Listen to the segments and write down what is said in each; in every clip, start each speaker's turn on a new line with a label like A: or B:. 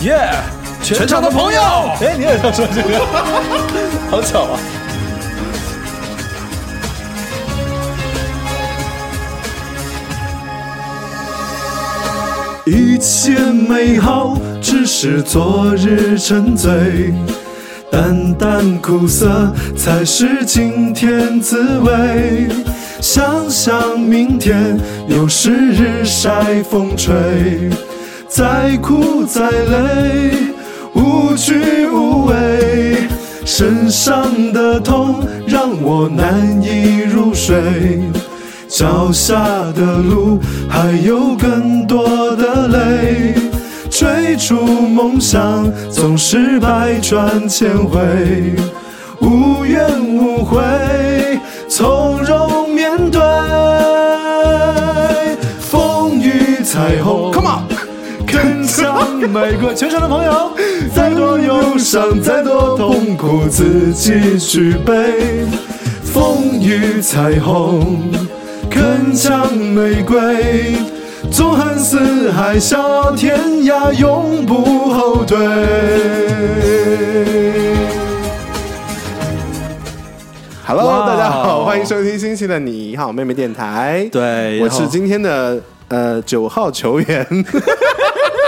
A: 耶、全场的朋友，
B: 哎，你也要说这个， 好巧啊！
C: 一切美好只是昨日沉醉，淡淡苦涩才是今天滋味。想想明天又是日晒风吹，再苦再累，无惧无畏。身上的痛让我难以入睡。脚下的路还有更多的泪，追逐梦想总是百转千回，无怨无悔，从容面对。风雨彩虹，Come on，跟上每个全场的朋友，再多忧伤，再多痛苦，自己去背。风雨彩虹，铿锵玫瑰，纵横四海，笑傲天涯，永不后退。
B: Hello，
A: 哇
B: 大家好，欢迎收听星期的你好妹妹电台。
A: 对
B: 我
A: 然后
B: 是今天的呃九号球员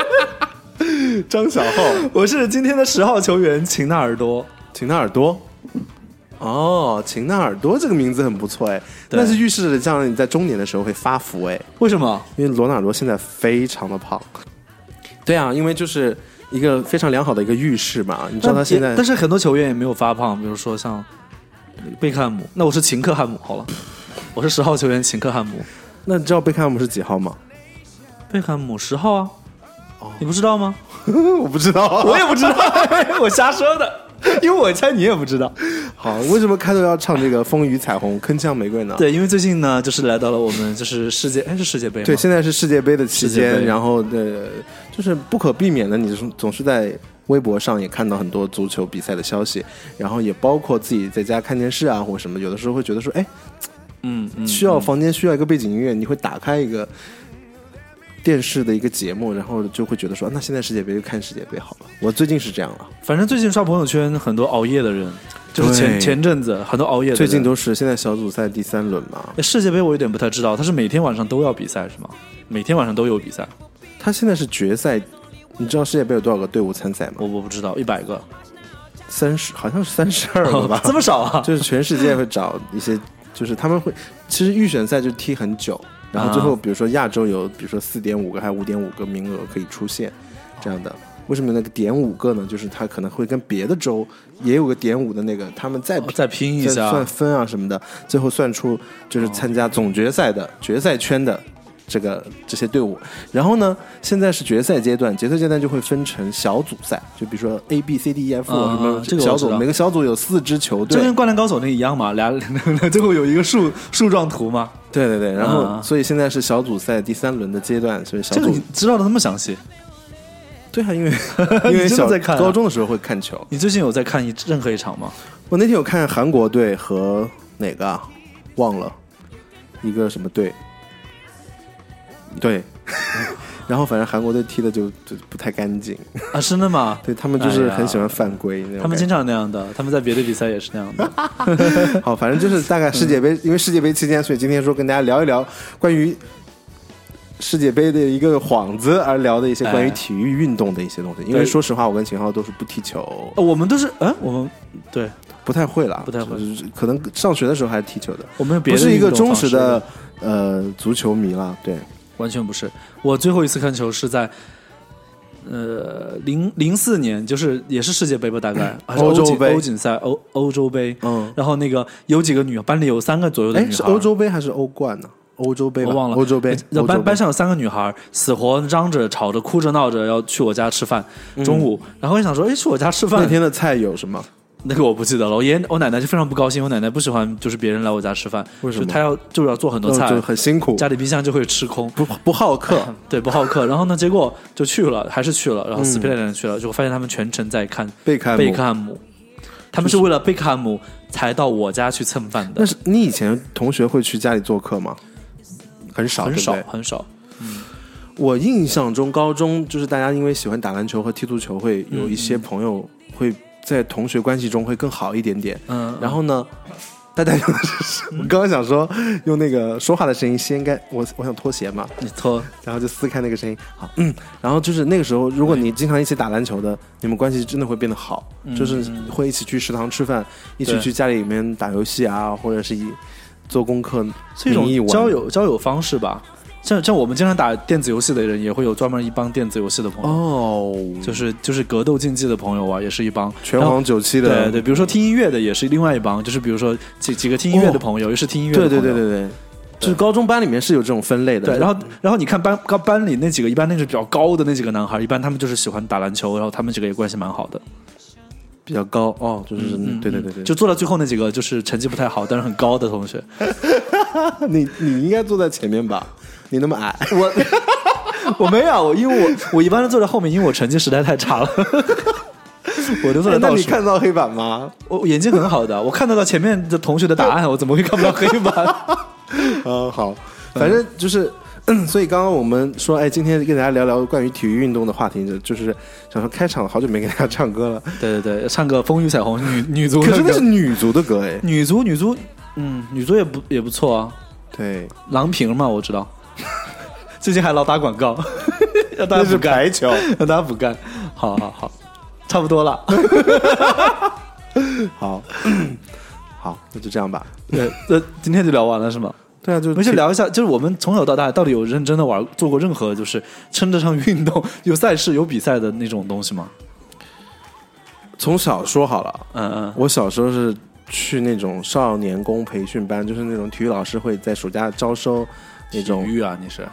B: 张小厚，
A: 我是今天的十号球员秦纳尔多。
B: 秦纳尔多。哦，秦纳尔多这个名字很不错哎，
A: 对
B: 但是预示着将你在中年的时候会发福哎，
A: 为什么？
B: 因为罗纳尔多现在非常的胖。对啊，因为就是一个非常良好的一个预示嘛，你知道他现在
A: 但是很多球员也没有发胖，比如说像贝克汉姆。那我是秦克汉姆好了，我是十号球员秦克汉姆。
B: 那你知道贝克汉姆是几号吗？
A: 贝克汉姆十号啊，你不知道吗？
B: 我不知道、
A: 我也不知道， 我瞎说的，因为我猜你也不知道。
B: 好，为什么开头要唱这个《风雨彩虹铿锵玫瑰》呢？
A: 对，因为最近呢，就是来到了我们就是世界，哎，是世界杯吗？
B: 对，现在是世界杯的期
A: 世界
B: 间，
A: 杯
B: 然后呃，就是不可避免的，你总总是在微博上也看到很多足球比赛的消息，然后也包括自己在家看电视啊或什么，有的时候会觉得说，哎，
A: 嗯嗯，
B: 需要房间需要一个背景音乐，你会打开一个电视的一个节目，然后就会觉得说，那现在世界杯就看世界杯好了。我最近是这样了，
A: 反正最近刷朋友圈，很多熬夜的人，就是前
B: 对
A: 前阵子很多熬夜的人。
B: 最近都是现在小组赛第三轮嘛，
A: 哎世界杯，我有点不太知道，他是每天晚上都要比赛是吗？每天晚上都有比赛，
B: 他现在是决赛。你知道世界杯有多少个队伍参赛吗
A: 我？我不知道，一百个，
B: 三十，好像是三十二个吧
A: 。这么少啊？
B: 就是全世界会找一些，就是他们会，其实预选赛就踢很久，然后最
A: 啊
B: 后比如说亚洲有，比如说四点五个还是五点五个名额可以出现，这样的。为什么那个点五个呢？就是他可能会跟别的州也有个点五的那个，他们再比
A: 哦再拼一
B: 再
A: 下
B: 算，分啊什么的，最后算出就是参加总决赛的、决赛圈的这个这些队伍。然后呢，现在是决赛阶段，决赛阶段就会分成小组赛，就比如说 A、B、C、D、E、F E
A: 啊
B: 什么
A: 这个我
B: 小
A: 知
B: 组，
A: 道
B: 每个小组有四支球
A: 就
B: 队，
A: 跟《灌篮高手》那一样嘛，俩 最后有一个树树状图嘛。
B: 对对对，然后、
A: 啊
B: 所以现在是小组赛第三轮的阶段，所以小
A: 这个
B: 组
A: 你知道的那么详细？
B: 对啊，因 为因为
A: 你真
B: 小
A: 的在看啊
B: 高中的时候会看球。
A: 你最近有在看一任何一场 吗？
B: 我那天有看韩国队和哪个啊？忘了，一个什么队？ 对，然后反正韩国队踢的就就不太干净，
A: 啊，真的吗？
B: 对他们就是
A: 哎呀
B: 很喜欢犯规那种感觉。
A: 他们经常那样的，他们在别的比赛也是那样的。
B: 好，反正就是大概世界杯，
A: 嗯
B: 因为世界杯期间，所以今天说跟大家聊一聊关于世界杯的一个幌子，而聊的一些关于
A: 哎
B: 体育运动的一些东西。
A: 嗯
B: 因为说实话，我跟秦昊都是不踢球，
A: 呃我们都是，嗯，我们对，
B: 不太会了，
A: 不太会
B: 就是，可能上学的时候还是踢球的，
A: 我们有别
B: 不
A: 的
B: 是一个
A: 运动
B: 忠
A: 方
B: 实
A: 式
B: 的呃足球迷了。对，
A: 完全不是。我最后一次看球是在，呃，零零四年，就是也是世界杯吧，大 概还是
B: 欧洲
A: 锦
B: 杯
A: 欧锦赛欧欧洲杯。
B: 嗯，
A: 然后那个有几个女班里有三个左右的女
B: 哎，
A: 孩，
B: 是欧洲杯还是欧冠呢？欧洲杯吧，
A: 我忘了
B: 欧洲杯，
A: 然后
B: 欧洲
A: 呃班
B: 杯
A: 班上有三个女孩，死活嚷着、吵着、哭着、闹着要去我家吃饭。中午，然后我想说，哎，去我家吃
B: 嗯那
A: 饭，
B: 天的菜有什么？
A: 那个我不记得了。我爷爷、我奶奶就非常不高兴，我奶奶不喜欢就是别人来我家吃饭，
B: 为什么哦
A: 就她要就是要做很多菜，
B: 就很辛苦，
A: 家里冰箱就会吃空。
B: 不不好客。
A: 对，不好客。然后呢，结果就去了，还是去了，然后死皮赖脸地去了，就发现他们全程在看
B: 贝克汉姆
A: 贝克汉姆，他们是为了贝克汉姆才到我家去蹭饭的
B: 但，是你以前同学会去家里做客吗？很少，
A: 很少
B: 对不对
A: 很少。
B: 我印象中，高中就是大家因为喜欢打篮球和踢足球，会有一些朋友会在同学关系中会更好一点点。
A: 嗯，
B: 然后呢， 大家用的是，我刚刚想说用那个说话的声音先该我我想脱鞋嘛，
A: 你脱，
B: 然后就撕开那个声音，好，嗯，然后就是那个时候，如果你经常一起打篮球的，你们关系真的会变得好，就是会一起去食堂吃饭，一
A: 嗯
B: 起
A: 对
B: 去家里面打游戏啊，或者是一做功课，
A: 是一
B: 名义
A: 种
B: 玩
A: 交友交友方式吧。像像我们经常打电子游戏的人，也会有专门一帮电子游戏的朋友，
B: 哦，
A: 就是就是格斗竞技的朋友啊，也是一帮。
B: 拳
A: 然后
B: 皇九七的，
A: 对对，比如说听音乐的也是另外一帮，就是比如说几几个听音乐的朋友，又是听音乐的朋
B: 对对
A: 友，
B: 对对对，就是高中班里面是有这种分类的，
A: 对，然后然后你看班高班里那几个，一般那个比较高的那几个男孩，一般他们就是喜欢打篮球，然后他们几个也关系蛮好的。
B: 比较高哦，
A: 嗯
B: 就是对对对对，
A: 就坐到最后那几个，就是成绩不太好，但是很高的同学。
B: 你你应该坐在前面吧，你那么矮，
A: 我 我没有，我因为我我一般都坐在后面，因为我成绩实在太 差了，我 就坐在
B: 那
A: 倒
B: 你
A: 数。
B: 看到黑板吗？
A: 我我眼睛很好的，我看得到前面的同学的答案，我怎么会看不到黑板？
B: 嗯，好，反正就是，所以刚刚我们说，哎，今天跟大家聊聊关于体育运动的话题，就就是想说开场好久没给大家唱歌了，
A: 对对对，唱个《风雨彩虹》女女足、
B: 可是那
A: 个
B: 是女足的歌哎，
A: 女足女足，嗯，女足也不也不错啊。
B: 对，
A: 郎平嘛，我知 道，最近还老打广 告，让大
B: 那
A: 家
B: 是
A: 不干，
B: 排球。
A: 让大家不干。好好好，差不多 了。
B: 好，好，那就这样吧。
A: 对， 那今天就聊完了是吗？
B: 对啊，就
A: 没事，聊一下，就是我们从小到大到底有认真的玩做过任何就是称得上运动、有赛事、有比赛的那种东西吗？
B: 从小说好了，
A: 嗯嗯，
B: 我小时候是去那种少年宫培训班，就是那种体育老师会在暑假招收那种
A: 体育啊，你是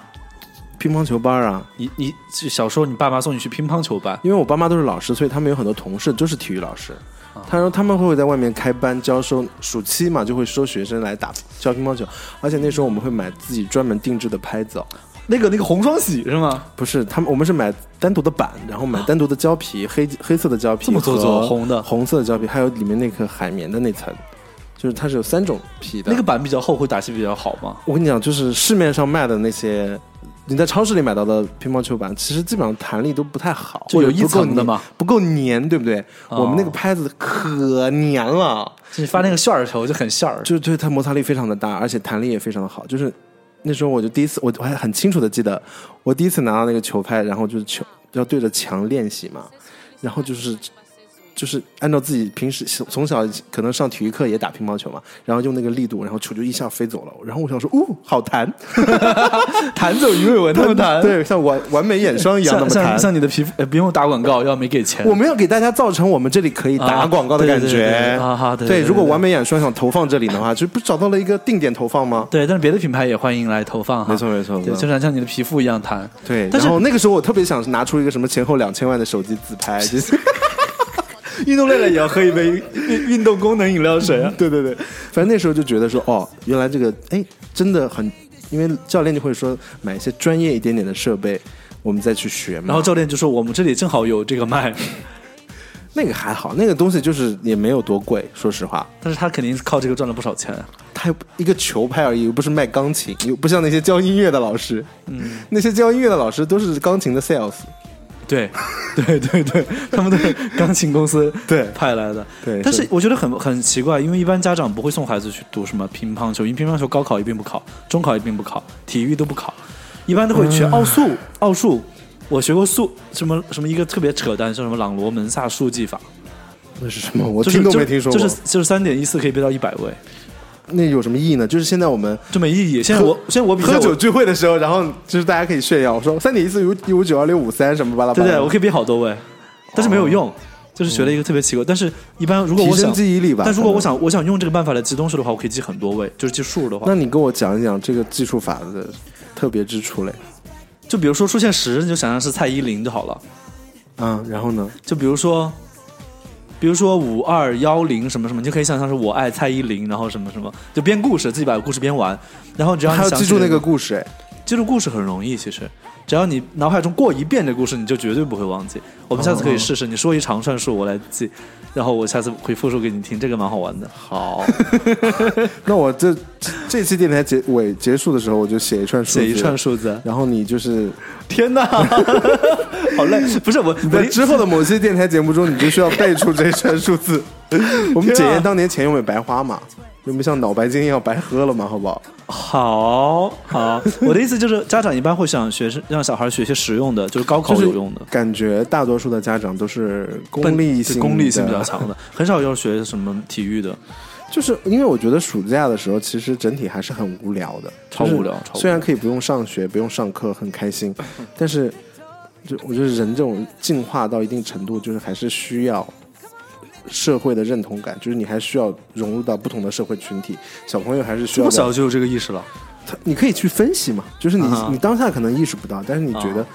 B: 乒乓球班啊。
A: 你你小时候你爸妈送你去乒乓球班，
B: 因为我爸妈都是老师，所以他们有很多同事就是体育老师。
A: 啊
B: 他说他们会在外面开班教收，暑期嘛就会收学生来打教乒乓球，而且那时候我们会买自己专门定制的拍子哦，
A: 那个那个红双喜是吗？
B: 不是他们我们是买单独的板，然后买单独的胶皮，黑黑色的胶皮
A: 啊这么做作
B: 和
A: 红的
B: 红色的胶皮，还有里面那颗海绵的那层，就是它是有三种皮的。
A: 那个板比较厚，会打气比较好吗？
B: 我跟你讲，就是市面上卖的那些，你在超市里买到的乒乓球板，其实基本上弹力都不太好，
A: 就有
B: 或者
A: 一
B: 不够
A: 层的
B: 粘
A: 嘛，
B: 不够粘，对不对？
A: 哦
B: 我们那个拍子可粘了，
A: 就是发那个旋儿球就很旋儿，
B: 就对它摩擦力非常的大，而且弹力也非常的好。就是那时候我就第一次，我我还很清楚的记得，我第一次拿到那个球拍，然后就是球要对着墙练习嘛，然后就是。就是按照自己平时从小可能上体育课也打乒乓球嘛，然后用那个力度，然后球就一下飞走了。然后我想说，哦，好弹，
A: 弹走鱼尾纹那么弹，
B: 对，像完完美眼霜一样那
A: 像
B: 么
A: 像
B: 弹。
A: 像你的皮肤，呃不用打广告，要没给钱，
B: 我没有给大家造成我们这里可以打
A: 啊
B: 广告的感
A: 对对对对
B: 觉
A: 啊哈对对
B: 对，
A: 对
B: 如果
A: 对
B: 完美眼霜想投放这里的话，就不找到了一个定点投放吗？
A: 对，但是别的品牌也欢迎来投放哈，
B: 没错没错
A: 对，
B: 没错
A: 就像像你的皮肤一样弹，
B: 对，
A: 但
B: 然
A: 是
B: 后那个时候我特别想拿出一个什么前后两千万的手机自拍， 就是
A: 运动累了也要喝一杯运运动功能饮料水啊。
B: 对对对，反正那时候就觉得说，哦，原来这个哎真的很，因为教练就会说买一些专业一点点的设备，我们再去学嘛。
A: 然后教练就说：“我们这里正好有这个卖，
B: 那个还好，那个东西就是也没有多贵，说实话。
A: 但是他肯定靠这个赚了不少钱。啊
B: 他又不一个球拍而已，又不是卖钢琴，又不像那些教音乐的老师。嗯，那些教音乐的老师都是钢琴的 sales。
A: 对， 对对对，他们都是钢琴公司
B: 对
A: 派来的。
B: 对
A: 但是
B: 是
A: 我觉得很很奇怪，因为一般家长不会送孩子去读什么乒乓球，因为乒乓球高考也并不考，中考也并不考，体育都不考，一般都会
B: 嗯
A: 去奥数。奥数，我学过数，什么什么一个特别扯淡，叫什么朗罗门萨数技法，
B: 那是什么？我
A: 就是
B: 听都
A: 就
B: 没听说过。
A: 就是就是三点一四可以背到一百位，
B: 那有什么意义呢？就是现在我们
A: 就没意义。现在
B: 喝
A: 我现在我比赛我
B: 喝酒聚会的时候，然后就是大家可以炫耀说三点一四五一五九二六五三什么巴拉巴
A: 对
B: 拉。
A: 对，我可以背好多位，但是没有用，就是学了一个特别奇怪。但是一般如果
B: 哦提
A: 我
B: 升
A: 想，
B: 记忆力吧。
A: 但如果我
B: 可能，
A: 想我想用这个办法来记东西的话，我可以记很多位，就是记数的话
B: 那，你跟我讲一讲这个技术法的特别之处嘞？
A: 就比如说出现十，你就想象是蔡依林就好了。
B: 嗯，然后呢？
A: 就比如说，比如说五二幺零什么什么，你就可以想象是我爱蔡依林，然后什么什么，就编故事，自己把故事编完，然后只要你
B: 还要
A: 想
B: 记
A: 起
B: 住
A: 来
B: 那个故事哎。
A: 记住故事很容易，其实只要你脑海中过一遍这故事，你就绝对不会忘记。我们下次可以试试，你说一长串数，我来记，然后我下次会复述给你听，这个蛮好玩的。
B: 好，那我这这这期电台结尾结束的时候，我就写一串数字，
A: 写一串数字。
B: 然后你就是
A: 天哪， 好累！不是我，我
B: 在之后的某些电台节目中，你就需要背出这一串数 字。我
A: 啊
B: 们检验当年钱有没有白花嘛？有没有像脑白金一样白喝了嘛？好不好？
A: 好好，我的意思就是，家长一般会想学生让小孩学些实用的，就是高考
B: 就是
A: 有用的，
B: 感觉大多数的家长都是
A: 本
B: 功利
A: 对
B: 性的，
A: 功利性比较强的，很少要学什么体育的。
B: 就是因为我觉得暑假的时候，其实整体还是很无聊的，
A: 超无聊
B: 就是
A: 超无聊
B: 虽然可以不用上学，不用上课，很开 心，但是就我觉得人这种进化到一定程度，就是还是需要社会的认同感，就是你还需要融入到不同的社会群体。小朋友还是需
A: 这
B: 要
A: 么小就有这个意识了，
B: 他你可以去分析嘛，就是你、
A: 啊哈
B: 你当下可能意识不到，但是你觉得
A: 啊。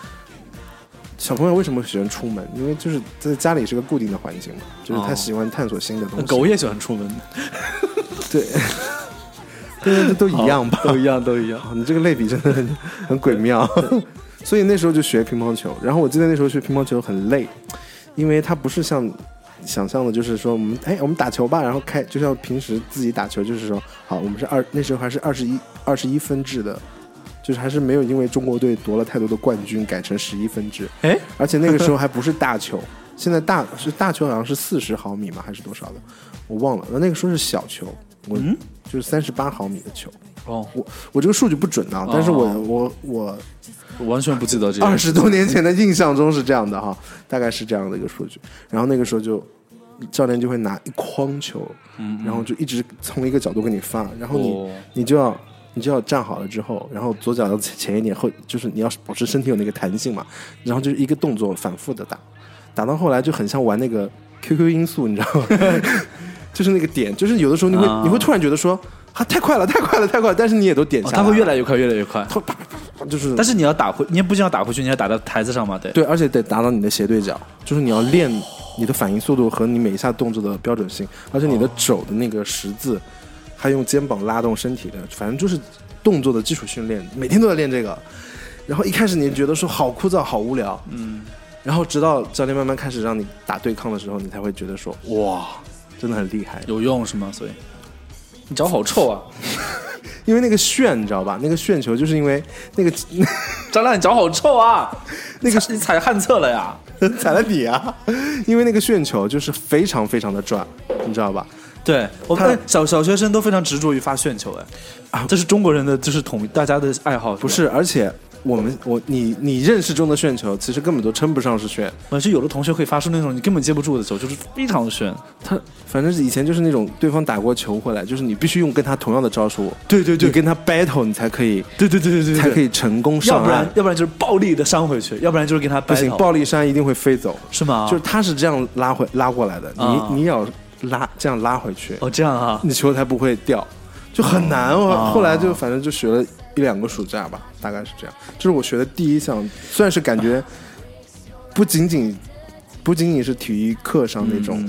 B: 小朋友为什么喜欢出门？因为就是在家里是个固定的环境嘛，就是他
A: 哦
B: 喜欢探索新的东西。
A: 狗也喜欢出门，
B: 对，对对对，都一样吧。
A: 都一样，都一样。
B: 啊你这个类比真的很很诡妙。 所以那时候就学乒乓球，然后我记得那时候学乒乓球很累，因为它不是像想象的，就是说我们哎我们打球吧，然后开就像平时自己打球，就是说好我们是二那时候还是二十一二十一分制的，就是还是没有因为中国队夺了太多的冠军改成十一分制，
A: 哎，
B: 而且那个时候还不是大球，现在大是大球好像是四十毫米嘛，还是多少的，我忘了。那那个时候是小球，我、就是三十八毫米的球。
A: 哦，
B: 我我这个数据不准啊，但是我、
A: 哦
B: 我我
A: 我完全不记得这
B: 二
A: 个。
B: 十多年前的印象中是这样的哈，大概是这样的一个数据。然后那个时候就教练就会拿一筐球，然后就一直从一个角度给你发，然后你、
A: 嗯哦
B: 你就要。你就要站好了之后，然后左脚要前一点，后就是你要保持身体有那个弹性嘛，然后就是一个动作反复的打，打到后来就很像玩那个 QQ 音速，你知道吗？ 就是那个点，就是有的时候你会、
A: 啊
B: 你会突然觉得说啊太快了，太快了，太快了，但是你也都点
A: 哦
B: 下来
A: 它
B: 了、
A: 会越来越快，越来越快。
B: 就是
A: 但是你要打回，你也不仅要打回去，你还打到台子上嘛，对。
B: 对，而且得达到你的斜对角，就是你要练你的反应速度和你每一下动作的标准性，而且你的肘的那个十字，还用肩膀拉动身体的，反正就是动作的基础训练，每天都在练这个。然后一开始你觉得说好枯燥、好无聊，嗯，然后直到教练慢慢开始让你打对抗的时候，你才会觉得说哇，真的很厉害。
A: 有用是吗？所以你脚好臭 啊，
B: 因为那个旋，你知道吧？那个旋球就是因为那个
A: 张亮，你脚好臭啊！那个是你踩旱厕了呀？
B: 踩了你啊，因为那个旋球就是非常非常的转，你知道吧？
A: 对，我
B: 他
A: 们小小学生都非常执着于发旋球，哎，啊，这是中国人的，就是统一大家的爱好，
B: 不
A: 是吧？
B: 是，而且我们我你你认识中的旋球，其实根本都称不上是旋，
A: 我是有的同学可以发出那种你根本接不住的球，就是非常的旋。
B: 他反正是以前就是那种对方打过球回来，就是你必须用跟他同样的招数，
A: 对对
B: 你，跟他 battle 你才可以
A: 对对对对对，
B: 才可以成功
A: 要
B: 上
A: 不然
B: 岸，
A: 要不然就是暴力的扇回去，要不然就是跟他不
B: 不行，暴力山一定会飞走，
A: 是吗？
B: 就是他是这样拉回拉过来的，
A: 啊
B: 你你要拉这样拉回去，
A: 哦这样啊，
B: 你球才不会掉，就很难。我、后来就反正就学了一两个暑假吧，大概是这样。这是我学的第一项，算是感 觉不仅仅不仅仅是体育课上那种、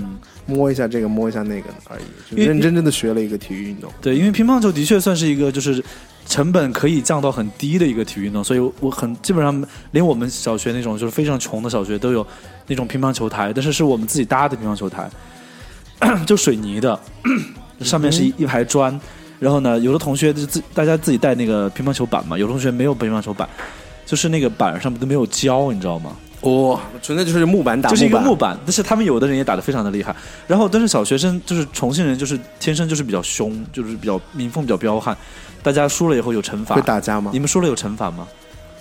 B: 摸一下这个摸一下那个的而已，就
A: 因为
B: 认真真的学了一个体育运动。
A: 对，因为乒乓球的确算是一个就是成本可以降到很低的一个体育运动，所以我很基本上连我们小学那种就是非常穷的小学都有那种乒乓球台，但是是我们自己搭的乒乓球台，就水泥的，上面是一一排砖。然后呢，有的同学就自大家自己带那个乒乓球板嘛，有的同学没有乒乓球板，就是那个板上面都没有胶，你知道吗？
B: 哦，纯粹就是木板打
A: 就是一个木板，但是他们有的人也打得非常的厉害。然后，但是小学生就是重庆人，就是天生就是比较凶，就是比较民风比较彪悍。大家输了以后有惩罚，
B: 会打架吗
A: 你？们输了有惩罚吗？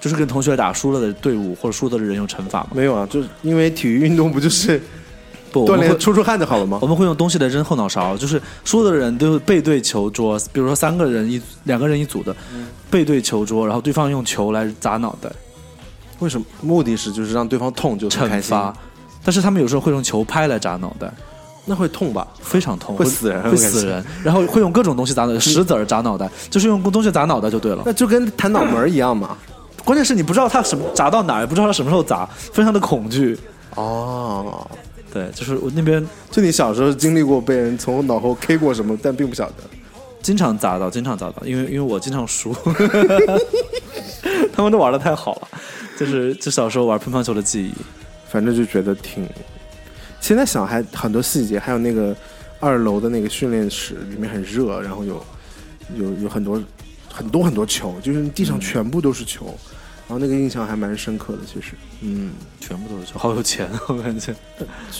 A: 就是跟同学打输了的队伍或者输的人有惩罚吗？
B: 没有啊，就是因为体育运动不就是
A: 不，我
B: 锻
A: 们会
B: 炼出出汗就好了吗
A: 我？们会用东西来扔后脑勺，就是输的人都背对球桌，比如说三个人一两个人一组的，
B: 嗯
A: 背对球桌，然后对方用球来砸脑袋
B: 为什么？目的是就是让对方痛就很
A: 惩
B: 开心，
A: 罚。但是他们有时候会用球拍来砸脑袋，
B: 那会痛吧？
A: 非常痛，
B: 会死人
A: 会死人，然后会用各种东西砸脑袋，石子儿砸脑袋，就是用东西砸脑袋就对了。
B: 那就跟弹脑门儿一样嘛。
A: 关键是你不知道他什么砸到哪儿，也不知道他什么时候砸，非常的恐惧。
B: 哦，
A: 对，就是我那边
B: 就你小时候经历过被人从脑后 K 过什么，但并不晓得。
A: 经常砸到，经常砸到，因为因为我经常输， 他们都玩的太好了，就是就小时候玩乒乓球的记忆。
B: 反正就觉得挺……现在想还很多细节，还有那个二楼的那个训练室里面很热，然后有有有很多很多很多球，就是地上全部都是球，然后那个印象还蛮深刻的。其实，嗯，
A: 全部都是球，好有钱，我感觉。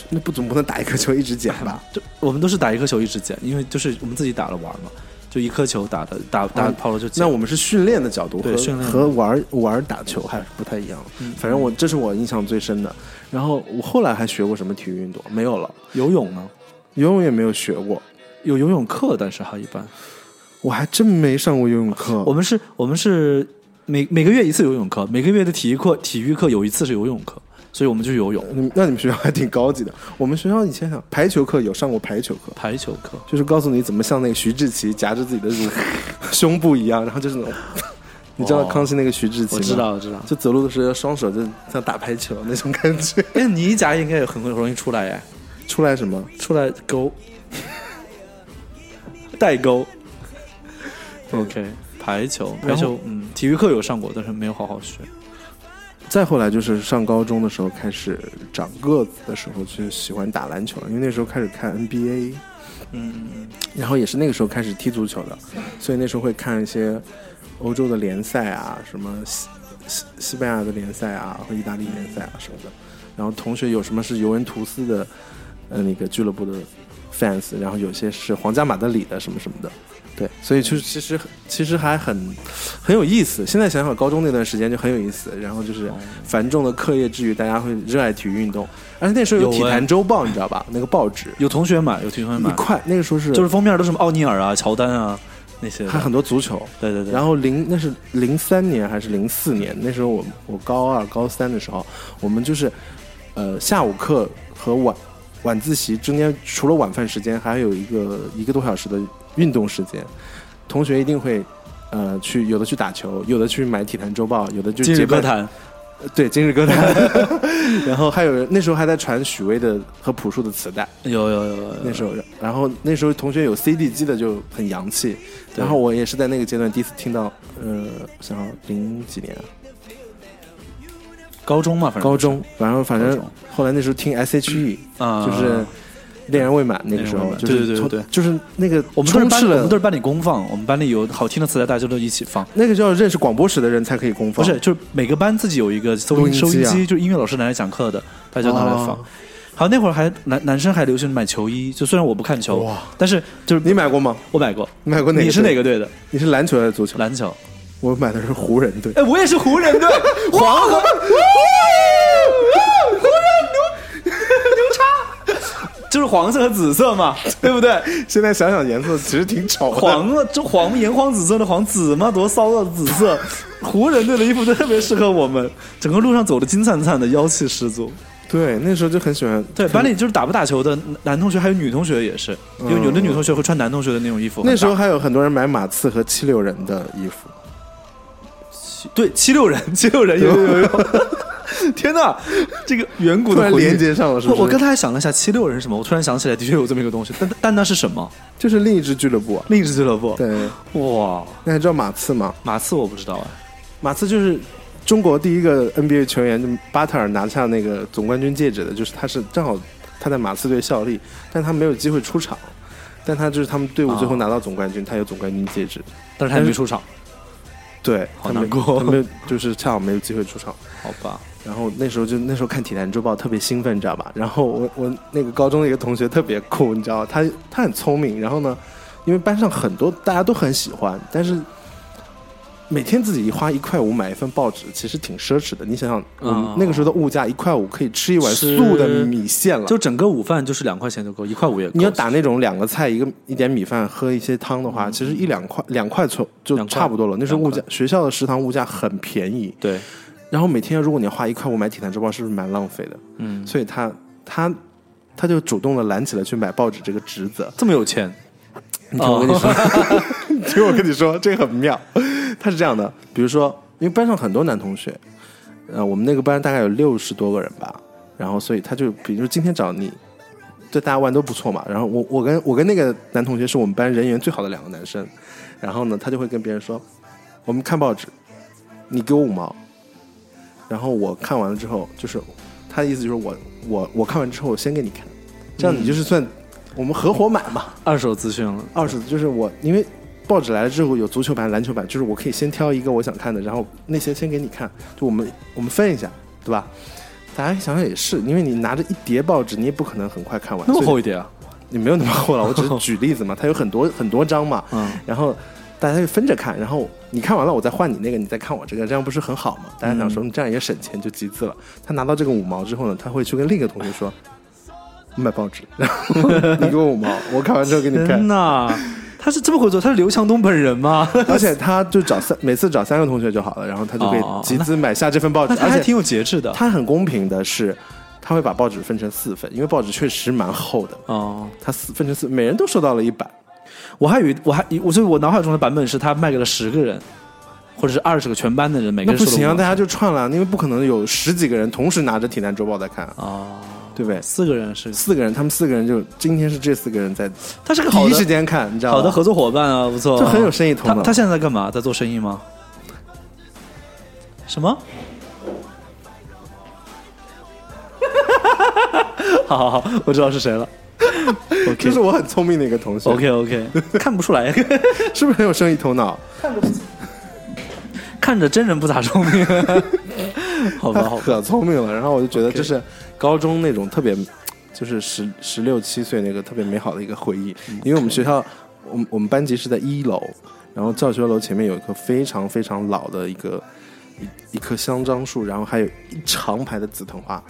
B: 那不总不能打一颗球一直捡吧？
A: 就我们都是打一颗球一直捡，因为就是我们自己打了玩嘛，就一颗球打的打打
B: 啊
A: 跑了就捡。
B: 那我们是训练的角嗯度
A: 对
B: 和
A: 训练
B: 和玩儿玩儿打球还是不太一样。反正我这是我印象最深的。然后我后来还学过什么体育运动？没有了，
A: 游泳呢？
B: 游泳也没有学过，
A: 有游泳课，但是还一般。
B: 我还真没上过游泳课。
A: 我们是，我们是每每个月一次游泳课，每个月的体育课体育课有一次是游泳课，所以我们就游泳、
B: 那你那你们学校还挺高级的。我们学校以前想排球课有上过排球课，
A: 排球课。
B: 就是告诉你怎么像那个徐志奇夹着自己的乳 胸部一样，然后就是那种， 你知道
A: 哦
B: 康熙那个徐志奇吗？
A: 我知，道，我知道。
B: 就走路的时候双手就像打排球那种感觉。
A: 哎，泥夹应该也很容易出来哎，
B: 出来什么？
A: 出来 勾，代勾。OK，排球，排
B: 然后
A: 球，嗯，体育课有上过，但是没有好好学。
B: 再后来就是上高中的时候开始长个子的时候，就喜欢打篮球了，因为那时候开始看 NBA，
A: 嗯，
B: 然后也是那个时候开始踢足球的，所以那时候会看一些欧洲的联赛啊，什么西西西班牙的联赛啊，和意大利联赛啊什么的。然后同学有什么是尤文图斯的，呃，那个俱乐部的 fans，然后有些是皇家马德里的什么什么的，对，所以就是其实其实还很很有意思。现在想想高中那段时间就很有意思，然后就是繁重的课业之余，大家会热爱体育运动，而且那时候有
A: 有
B: 《体
A: 哎
B: 坛周报》，你知道吧？那个报纸。
A: 有同学买，有同学
B: 一
A: 买，
B: 块，那个时候是
A: 就是封面都是什么奥尼尔啊、乔丹啊那些 的。
B: 还很多足球。
A: 对对对，
B: 然后零那是零三年还是零四年？那时候我我高二高三的时候，我们就是呃下午课和晚晚自习中间除了晚饭时间，还有一个一个多小时的运动时间。同学一定会呃去有的去打球，有的去买《体坛周报》，有的就
A: 今
B: 结
A: 日歌
B: 伴
A: 坛，
B: 对今日歌坛。 然后还有人那时候还在传许巍的和朴树的磁带。
A: 有有有有，
B: 那时候，然后那时候同学有 CD 机的就很洋气，
A: 对
B: 然后我也是在那个阶段第一次听到，呃，想想零几年啊，
A: 高中嘛，反正
B: 高中，然后反
A: 高
B: 正
A: 中
B: 后来那时候听 S.H.E，
A: 啊，
B: 就是恋人未满那个时
A: 恋人未
B: 候，
A: 满
B: 就是
A: 对对对
B: 从
A: 对
B: 就是那个
A: 我们都是
B: 充
A: 班
B: 斥
A: 里，我们
B: 了
A: 都是班里公放，我们班里有好听的磁带，大家都一起放。
B: 那个叫认识广播室的人才可以公
A: 不
B: 放，
A: 是，就是每个班自己有一个收
B: 录
A: 音
B: 音
A: 收音
B: 机啊
A: 机，就是音乐老师拿来讲课的，大家就拿来放
B: 哦。
A: 好，那会儿还男男生还流行买球衣，就虽然我不看球，但是就是
B: 你买过吗？
A: 我买过。
B: 你买过哪个？
A: 你是哪？个队的？
B: 你是篮球还是足球？
A: 篮球。
B: 我买的是湖人队。
A: 哎，我也是湖人队，黄河。 就是黄色和紫色嘛，对不 对？
B: 现在想想颜色其实挺丑的，
A: 黄啊，这黄炎黄紫色的黄紫嘛，多骚啊！紫色，湖人队的衣服特别适合我们，整个路上走的金灿灿的，妖气十足。
B: 对，那时候就很喜欢。
A: 对，班里就是打不打球的男同学还有女同学也是，有有的女同学会穿男同学的那种衣服。
B: 嗯那时候
A: 很大
B: 还有很多人买马刺和七六人的衣服。
A: 对七六人，七六人有有 有。天呐，这个远古
B: 突
A: 的
B: 然
A: 回忆
B: 连接上了，是不是？
A: 我我刚才还想了一下七六人是什么，我突然想起来，的确有这么一个东西，但但那是什么？
B: 就是另一支俱乐部啊。
A: 另一支俱乐部。，
B: 对，
A: 哇，
B: 那还知道马刺吗？
A: 马刺我不知道哎，
B: 马刺就是中国第一个 NBA 球员，就巴特尔拿下那个总冠军戒指的，就是他是正好他在马刺队效力，但他没有机会出场，但他就是他们队伍
A: 哦
B: 最后拿到总冠军，他有总冠军戒指。
A: 但是他也没出场，
B: 对，
A: 好
B: 他没
A: 难过
B: 他没有就是恰好没有机会出场。
A: 好吧。
B: 然后那时候就那时候看《体坛周报》特别兴奋，你知道吧？然后我我那个高中的一个同学特别酷，你知道，他他很聪明，然后呢，因为班上很多大家都很喜欢，但是每天自己花一块五买一份报纸，其实挺奢侈的。你想想，我们
A: 哦
B: 那个时候的物价一块五可以吃一碗
A: 是
B: 素的米线了。
A: 就整个午饭就是两块钱就够，一块五也够。
B: 你要打那种两个菜一个一点米饭喝一些汤的话，其实一两块嗯两块左就
A: 两块
B: 差不多了。那时候物价
A: 两
B: 学校的食堂物价很便宜，
A: 对，
B: 然后每天如果你花一块五买《体坛周报》，是不是蛮浪费的？
A: 嗯，
B: 所以他他他就主动的揽起了去买报纸这个职责。
A: 这么有钱，
B: 你听我跟你说，你 听我跟你说，这个很妙。他是这样的，比如说，因为班上很多男同学，呃，我们那个班大概有六十多个人吧，然后所以他就比如今天找你，对大家玩都不错嘛。然后我我跟我跟那个男同学是我们班人缘最好的两个男生，然后呢，他就会跟别人说，我们看报纸，你给我五毛，然后我看完了之后，就是他的意思就是我我我看完之后我先给你看，这样你就是算我们合伙买嘛。
A: 二手资讯了。
B: 二手就是我，因为报纸来了之后有足球版、篮球版，就是我可以先挑一个我想看的，然后那些先给你看，就我们我们分一下，对吧？大家想想也是，因为你拿着一叠报纸，你也不可能很快看完。
A: 那么
B: 所以
A: 厚一点啊？
B: 你没有那么厚了，我只是 举例子嘛，它有很多很多张嘛，
A: 嗯，
B: 然后大家就分着看，然后你看完了，我再换你那个，你再看我这个，这样不是很好吗？
A: 嗯
B: 大家想说，嗯你这样也省钱，就集资了。他拿到这个五毛之后呢，他会去跟另一个同学说。卖报 纸， 然后你给我五毛，我看完之后给你看
A: 天。哪，他是这么会做？他是刘强东本人吗？
B: 而且他就找三，每次找三个同学就好了，然后他就可以
A: 哦
B: 集资买下这份报纸
A: 那。他还
B: 而且
A: 挺有节制的。
B: 他很公平的是，他会把报纸分成四份，因为报纸确实蛮厚的，
A: 哦，
B: 他四分成四，每人都收到了一版。
A: 我还以为我还以我所以，我脑海中的版本是他卖给了十个人，或者是二十个全班的人，每个
B: 那
A: 人
B: 不
A: 收了
B: 行啊，
A: 五
B: 大
A: 毛
B: 家就串了，因为不可能有十几个人同时拿着《体坛周报》在看啊，
A: 哦，
B: 对不对？
A: 四个人是，
B: 四个人，他们四个人就今天是这四个人在第
A: 他是个好
B: 一时
A: 的
B: 间看，你知道吗？
A: 好的合作伙伴啊，不错，
B: 就很有生意头
A: 他
B: 脑。
A: 他现在在干嘛？在做生意吗？什么？ 好好好，我知道是谁了。
B: 这
A: OK
B: 是我很聪明的一个同学
A: OK OK，看不出来，
B: 是不是很有生意头脑？
A: 看着真人不咋聪明。 好吧，
B: 他
A: 好吧，
B: 可聪明了。然后我就觉得这是高中那种特别，就是十十六七岁那个特别美好的一个回忆。因为我们学校，我们我们班级是在一楼，然后教学楼前面有一棵非常非常老的一个一一棵香樟树，然后还有一长排的紫藤花，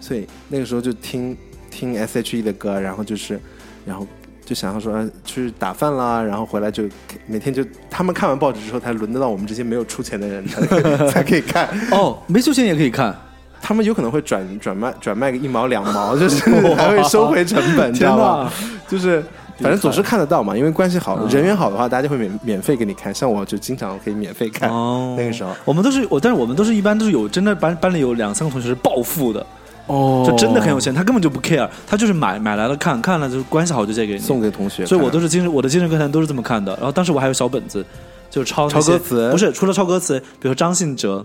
B: 所以那个时候就听听 S.H.E 的歌，然后就是，然后。就想要说啊去打饭啦，然后回来就每天就他们看完报纸之后，才轮得到我们这些没有出钱的人才可以 才可以看。
A: 哦，没修仙也可以看。
B: 他们有可能会转转卖转卖个一毛两毛， 就是还会收回成 本，你知道吧？就是反正总是看得到嘛，因为关系
A: 嗯
B: 好，人缘好的话，大家会免免费给你看。像我就经常可以免费看，
A: 哦，
B: 那个时候
A: 我们都是我，但是我们都是一般都是有真的班班里有两三个同学是暴富的，
B: 哦
A: 就真的很有钱，他根本就不 care，他就是买买来了看看了，就是关系好就借给你，
B: 送给同学看，
A: 所以我都是精神，我的精神歌坛都是这么看的。然后当时我还有小本子，就抄那些
B: 抄歌词
A: 不是除了抄歌词，比如张信哲。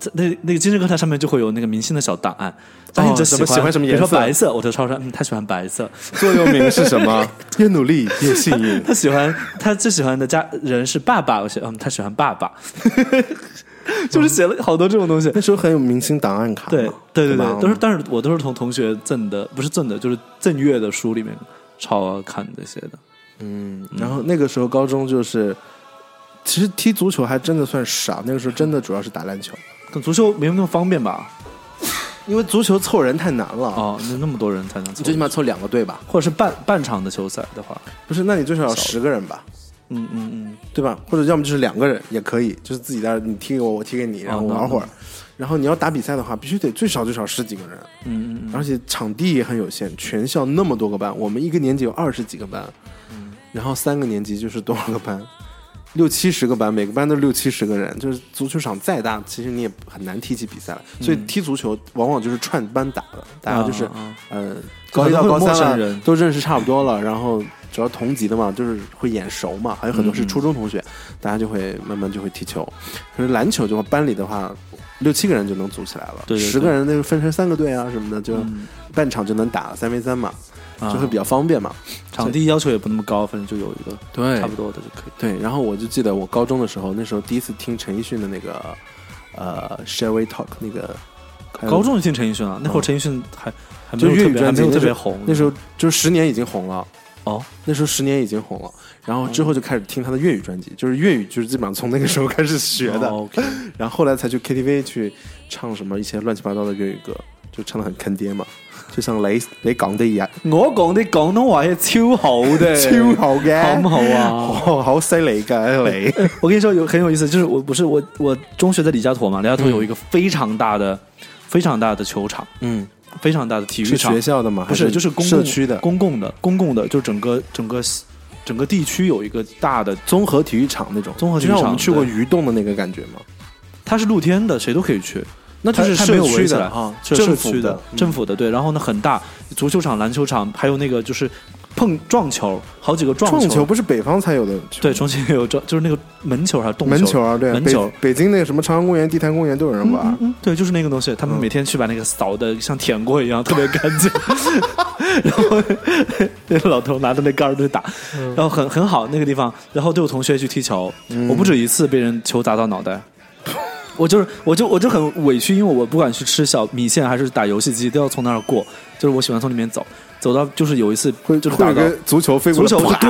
A: 这那那个精神歌坛上面就会有那个明星的小档案，张信哲
B: 哦什么喜欢什么
A: 比如
B: 颜
A: 说
B: 色
A: 白色，我就抄出来，嗯，他喜欢白色，
B: 座右铭是什么？ 越努力越幸 运。
A: 他喜欢他最喜欢的家人是爸爸，我写嗯，他喜欢爸 爸，就是写了好多这种东西。
B: 那时候很有明星档案卡嘛，
A: 对对对
B: 吧
A: 对，都是，但是我都是从同学赠的，不是赠的，就是赠阅的书里面抄啊看这些的。
B: 嗯。然后那个时候高中就是，其实踢足球还真的算少，那个时候真的主要是打篮球，
A: 但足球没有那么方便吧？
B: 因为足球凑人太难了，
A: 哦，那那么多人才能凑
B: 你最起码凑两个队吧。
A: 或者是半半场的球赛的话，
B: 不是，那你最少要十个人吧，
A: 嗯嗯嗯，
B: 对吧？或者要么就是两个人也可以，就是自己在那儿你踢给我，我踢给你，然后
A: 哦那
B: 玩会儿。然后你要打比赛的话，必须得最少最少十几个人，嗯嗯，而且场地也很有限，全校那么多个班，我们一个年级有二十几个班，
A: 嗯
B: 然后三个年级就是多少个班，六七十个班，每个班都六七十个人，就是足球场再大，其实你也很难踢起比赛来，所以
A: 嗯
B: 踢足球往往就是串班打的，大家就是、
A: 啊啊
B: 呃
A: 可
B: 高
A: 能
B: 一到
A: 会有
B: 高
A: 陌生
B: 三了
A: 人
B: 都认识差不多了，然后主要同级的嘛，就是会眼熟嘛，还有很多
A: 嗯
B: 是初中同学，大家就会慢慢就会踢球。可是篮球就班里的话，六七个人就能组起来了，
A: 对对对嗯
B: 十个人那就分成三个队啊什么的，就半场就能打三 v 三嘛，
A: 啊
B: 就会比较方便嘛。
A: 场地要求也不那么高，反正就有一个
B: 对
A: 差不多的就可以。
B: 对，然后我就记得我高中的时候，那时候第一次听陈奕迅的那个呃《Shall We Talk》那个
A: 高中就听陈奕迅了，那会儿陈奕迅还还没
B: 嗯就
A: 有
B: 粤
A: 特
B: 语
A: 别还
B: 专
A: 没有特
B: 辑那时
A: 别
B: 候
A: 红，
B: 那时候就十年已经红了。
A: 哦，
B: 那时候十年已经红了，然后之后就开始听他的粤语专辑，就是粤语就是基本上从那个时候开始学的，
A: 哦，OK，
B: 然后后来才去 KTV 去唱什么一些乱七八糟的粤语歌，就唱的很坑爹嘛，就像雷雷港的一样，
A: 我讲的广东话係超好的，
B: 超 好
A: 哎好唔
B: 嘅，
A: 好啊？
B: 好好犀利噶你，
A: 我跟你说有很有意思，就是我不是我我中学在李家沱嘛，李家沱有一个非常大的、非常大的球场，
B: 嗯，
A: 非常大的体育
B: 是
A: 场
B: 学，校的吗？
A: 不
B: 还
A: 是就是公共
B: 社区的
A: 公共的公共的，就整个整个整个地区有一个大的
B: 综合体育场那种，
A: 综合体育
B: 就像
A: 场
B: 我们去过
A: 对
B: 鱼洞的那个感觉吗？
A: 它是露天的，谁都可以去，
B: 那就是
A: 它它没
B: 社
A: 有
B: 区
A: 围起
B: 的
A: 来
B: 啊，
A: 是
B: 政
A: 社
B: 府
A: 区的、
B: 嗯
A: 政府的对。然后呢，很大，足球场、篮球场，还有那个就是碰撞球，好几个撞
B: 撞球不是北方才有的球，
A: 对，重庆也有撞，就是那个门球还是洞
B: 门球啊，对啊，
A: 门
B: 北
A: 球。
B: 北京那个什么朝阳公园、地坛公园都有人玩，
A: 嗯，对，就是那个东西，他们每天去把那个扫的像舔过一样，特别干净。然后那老头拿着那杆儿就打，然后很很好那个地方。然后都有同学去踢球，我不止一次被人球砸到脑袋。我就是，我就我就很委屈，因为我不管去吃小米线还是打游戏机，都要从那儿过。就是我喜欢从里面走，走到就是有一次
B: 会
A: 就是
B: 会
A: 打
B: 有
A: 到
B: 个足球飞过
A: 足
B: 来，
A: 球就
B: 啪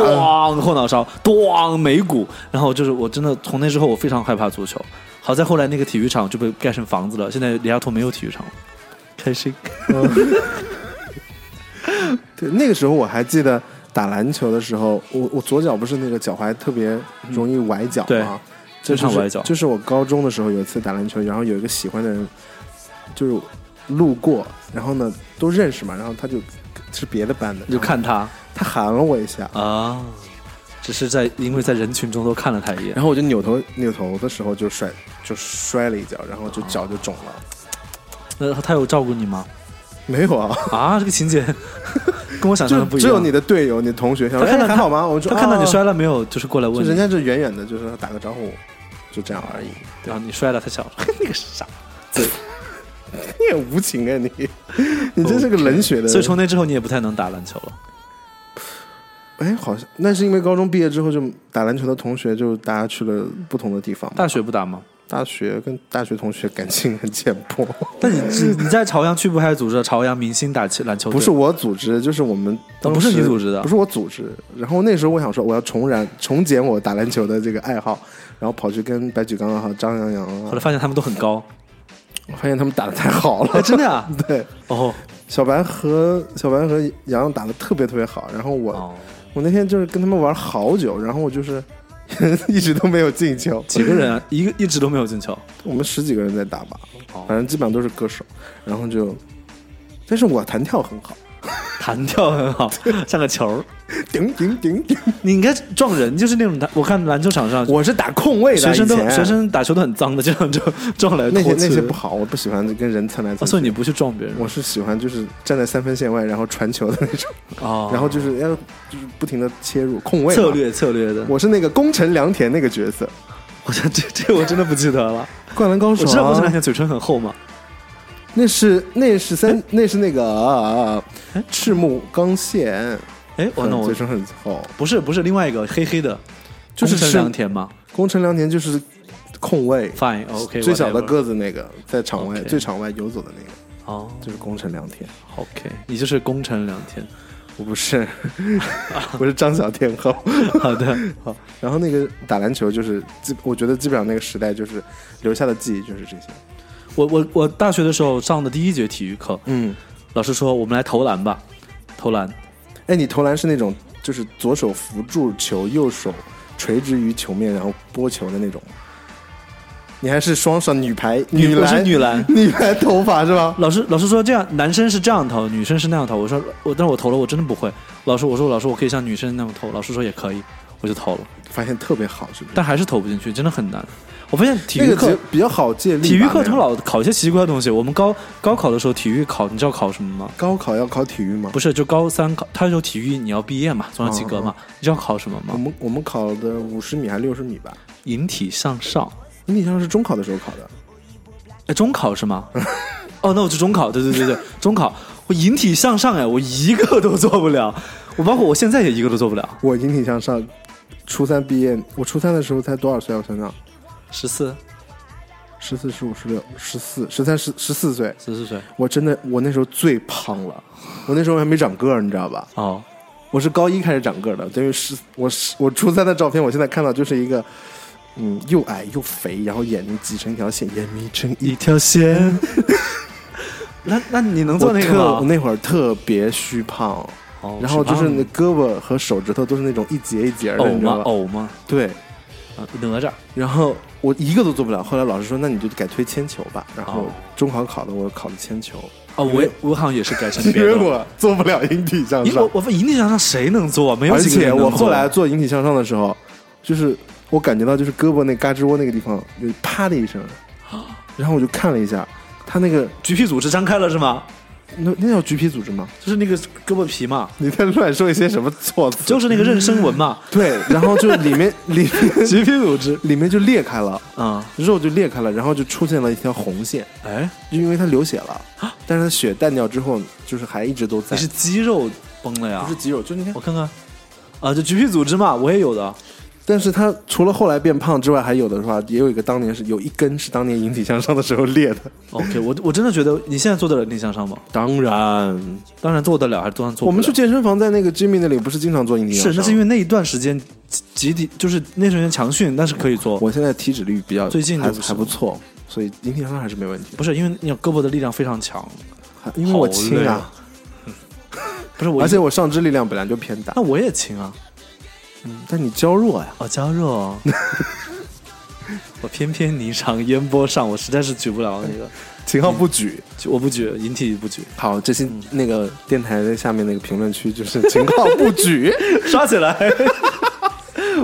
A: 咣后脑勺，咣眉骨，然后就是我真的从那之后我非常害怕足球。好在后来那个体育场就被盖成房子了，现在李亚图没有体育场了，开心。
B: 对，那个时候我还记得打篮球的时候，我我左脚不是那个脚踝特别容易崴脚
A: 对
B: 嘛，这就
A: 经常崴
B: 是
A: 脚
B: 就是我高中的时候有一次打篮球，然后有一个喜欢的人就是路过，然后呢都认识嘛，然后他就是别的班的，
A: 你就看他
B: 他喊了我一下，
A: 啊，只是在因为在人群中都看了他一眼，
B: 然后我就扭头扭头的时候就摔就摔了一跤，然后就脚就肿了。
A: 哦那他有照顾你吗？
B: 没有啊，
A: 啊，这个情节跟我想象的
B: 就
A: 不一
B: 只
A: 样。
B: 有你的队友、你的同学，想
A: 他
B: 说
A: 看到
B: 哎还好吗？我就
A: 他看到你，
B: 哦
A: 摔了没有，就是过来
B: 就
A: 问
B: 人
A: 你，
B: 家就远远的，就是打个招呼，就这样而已。
A: 然后你摔了，他笑了， 那个傻。
B: 你也无情啊你，你真是个冷血的人。
A: 所以从那之后你也不太能打篮球了。
B: 哎，好像那是因为高中毕业之后就打篮球的同学就大家去了不同的地方嘛，
A: 大学不打吗？
B: 大学跟大学同学感情很浅薄，
A: 但你你你在朝阳区不还组织了朝阳明星打球篮球队？
B: 不是我组织，就是我们当时
A: 哦不是你组织的
B: 不是我组织。然后那时候我想说我要重燃 重捡我打篮球的这个爱好，然后跑去跟白举纲啊、张洋洋
A: 后
B: 啊
A: 来，发现他们都很 高，
B: 我发现他们打的太好
A: 哎，
B: 了，
A: 真的呀、
B: 对。
A: 哦，
B: 小白和小白和洋洋打的特别特别好，然后我、
A: 哦
B: 我那天就是跟他们玩好久，然后我就是 一直都没有进球，
A: 几个人啊，一个一直都没有进球，
B: 我们十几个人在打吧
A: 哦，
B: 反正基本上都是歌手，然后就，但是我弹跳很好，
A: 弹跳很 好，像个球儿。
B: 顶顶顶顶，
A: 你应该撞人，就是那种弹。我看篮球场上，
B: 我是打空位的，
A: 学生都
B: 以前啊
A: 学生打球都很脏的，这样就 撞来
B: 那些
A: 拖去。
B: 那些不好，我不喜欢跟人蹭来蹭
A: 啊，
B: 去。
A: 所以你不去撞别人
B: 我是喜欢就是站在三分线外，然后传球的那种，
A: 哦，
B: 然后就是要就是不停的切入空位嘛
A: 策。略策略的。我
B: 我是那个攻城良田那个角色，
A: 我想这这我真的不记得了。
B: 灌篮高手、
A: 我
B: 啊。
A: 知道郭晨那天嘴唇很厚嘛，
B: 那是那是三那是那个、啊啊、赤木刚宪，
A: 哎，我那
B: 嗯
A: 我
B: 嘴唇很厚。
A: 不是不是另外一个黑黑的，
B: 就是
A: 宫城
B: 是
A: 良田嘛。
B: 宫城良田就是控卫
A: Fine OK，
B: 最小的
A: whatever
B: 个子那个，在场外
A: OK
B: 最场外游走的那个，
A: 哦
B: 就是宫城良田。
A: ，OK，你就是功臣良田。
B: 我不是，我是张小天后。
A: 好的，
B: 好，然后那个打篮球就是基，我觉得基本上那个时代就是留下的记忆就是这些。
A: 我我我大学的时候上的第一节体育课，
B: 嗯，
A: 老师说我们来投篮吧，投篮。
B: 哎，你投篮是那种就是左手扶住球，右手垂直于球面，然后拨球的那种吗？你还是双手女排女
A: 我是
B: 篮
A: 女篮。
B: 女排头发是吧？
A: 老师老师说这样，男生是这样投，女生是那样投。我说我，但是我投了，我真的不会。老师我说老师，我可以像女生那样投。老师说也可以，我就投了，
B: 发现特别好，是不是？
A: 但还是投不进去，真的很难。我发现体
B: 那
A: 育
B: 个
A: 课
B: 节比较好借力吧。
A: 体育课
B: 那
A: 他们
B: 样
A: 老考一些奇怪的东西。我们高高考的时候，体育考你知道考什么吗？
B: 高考要考体育吗？
A: 不是，就高三考，他有体育你要毕业嘛，
B: 嗯
A: 总要及格嘛。你知道考什么
B: 我
A: 吗？
B: 们我们考的五十米还六十米吧？
A: 引体向上。
B: 你体上是中考的时候考的，
A: 哎，中考是吗？哦，那我就中考，对对对对，中考，我引体向上哎，我一个都做不了，我包括我现在也一个都做不了，
B: 我引体向上，初三毕业，我初三的时候才多少岁啊？我想想，
A: 十四、
B: 十四、十五、十六、十四、十三、十十四岁，
A: 十四岁，
B: 我真的我那时候最胖了，我那时候还没长个儿，你知道吧？
A: 哦，
B: 我是高一开始长个儿的，等于是我是我初三的照片，我现在看到就是一个，嗯，又矮又肥，然后眼睛挤成一条线，眼眯成一
A: 一条线。 那那你能做
B: 我
A: 那
B: 特我
A: 个吗？
B: 那会儿特别虚胖，
A: 哦
B: 然后就是那
A: 是
B: 胳膊和手指头都是那种一节一节
A: 吧
B: 的，
A: 偶
B: 你知道
A: 吗？
B: 吧？
A: 偶吗？
B: 对，
A: 啊，哪吒
B: 然后我一个都做不了。后来老师说，那你就改推铅球吧。然后
A: 哦
B: 中考考的我考的铅球，
A: 哦，我也我好像也是改成别
B: 因
A: 的
B: 为
A: 了。
B: 我做不了引体向
A: 因为
B: 上
A: 我，我发现引体向上谁能做啊？没有
B: 而
A: 几个
B: 且
A: 人能
B: 我
A: 做
B: 后来做引体向上的时候，就是我感觉到就是胳膊那胳肢窝那个地方有 啪的一声，然后我就看了一下，他那个
A: 橘皮组织张开了是吗？
B: 那那叫橘皮组织吗？
A: 就是那个胳膊皮嘛，
B: 你在乱说一些什么措辞？
A: 就是那个妊娠纹嘛，
B: 对，然后就里面里 面
A: 橘皮组织
B: 里面就裂开了，
A: 啊，
B: 肉就裂开了，然后就出现了一条红线，
A: 哎，
B: 就因为它流血了。但是它血淡掉之后，就是还一直都在。
A: 啊你是肌肉崩了呀
B: 不是？肌肉？就你看
A: 我，看看，啊，就橘皮组织嘛，我也有的，
B: 但是它除了后来变胖之外，还有的话，也有一个当年是有一根是当年引体向上的时候裂的。
A: OK，我我真的觉得你现在做得了逆向上吗？
B: 当然，
A: 当然做得了，还是当然做不了
B: 我们去健身房，在那个 Jimmy 那里不是经常做引体向
A: 是那
B: 上？
A: 是因为那一段时间集集体就是那段时间强训，但是可以做。
B: 我现在体脂率比较
A: 最近
B: 还
A: 就不是
B: 还不错，所以引体向上还是没问题的。
A: 不是因为你胳膊的力量非常强，
B: 还因为我轻
A: 好累
B: 啊
A: 啊， 不是我，
B: 而且我上肢力量本来就偏大
A: 那，我也轻啊，
B: 但你娇弱呀。
A: 哦，娇弱 哦，我翩翩霓裳烟波上，我实在是举不了那 个，
B: 秦昊不举。
A: 就我不举，引体不举，
B: 好，这些嗯那个电台的下面那个评论区就是秦昊不 举，
A: 刷起来。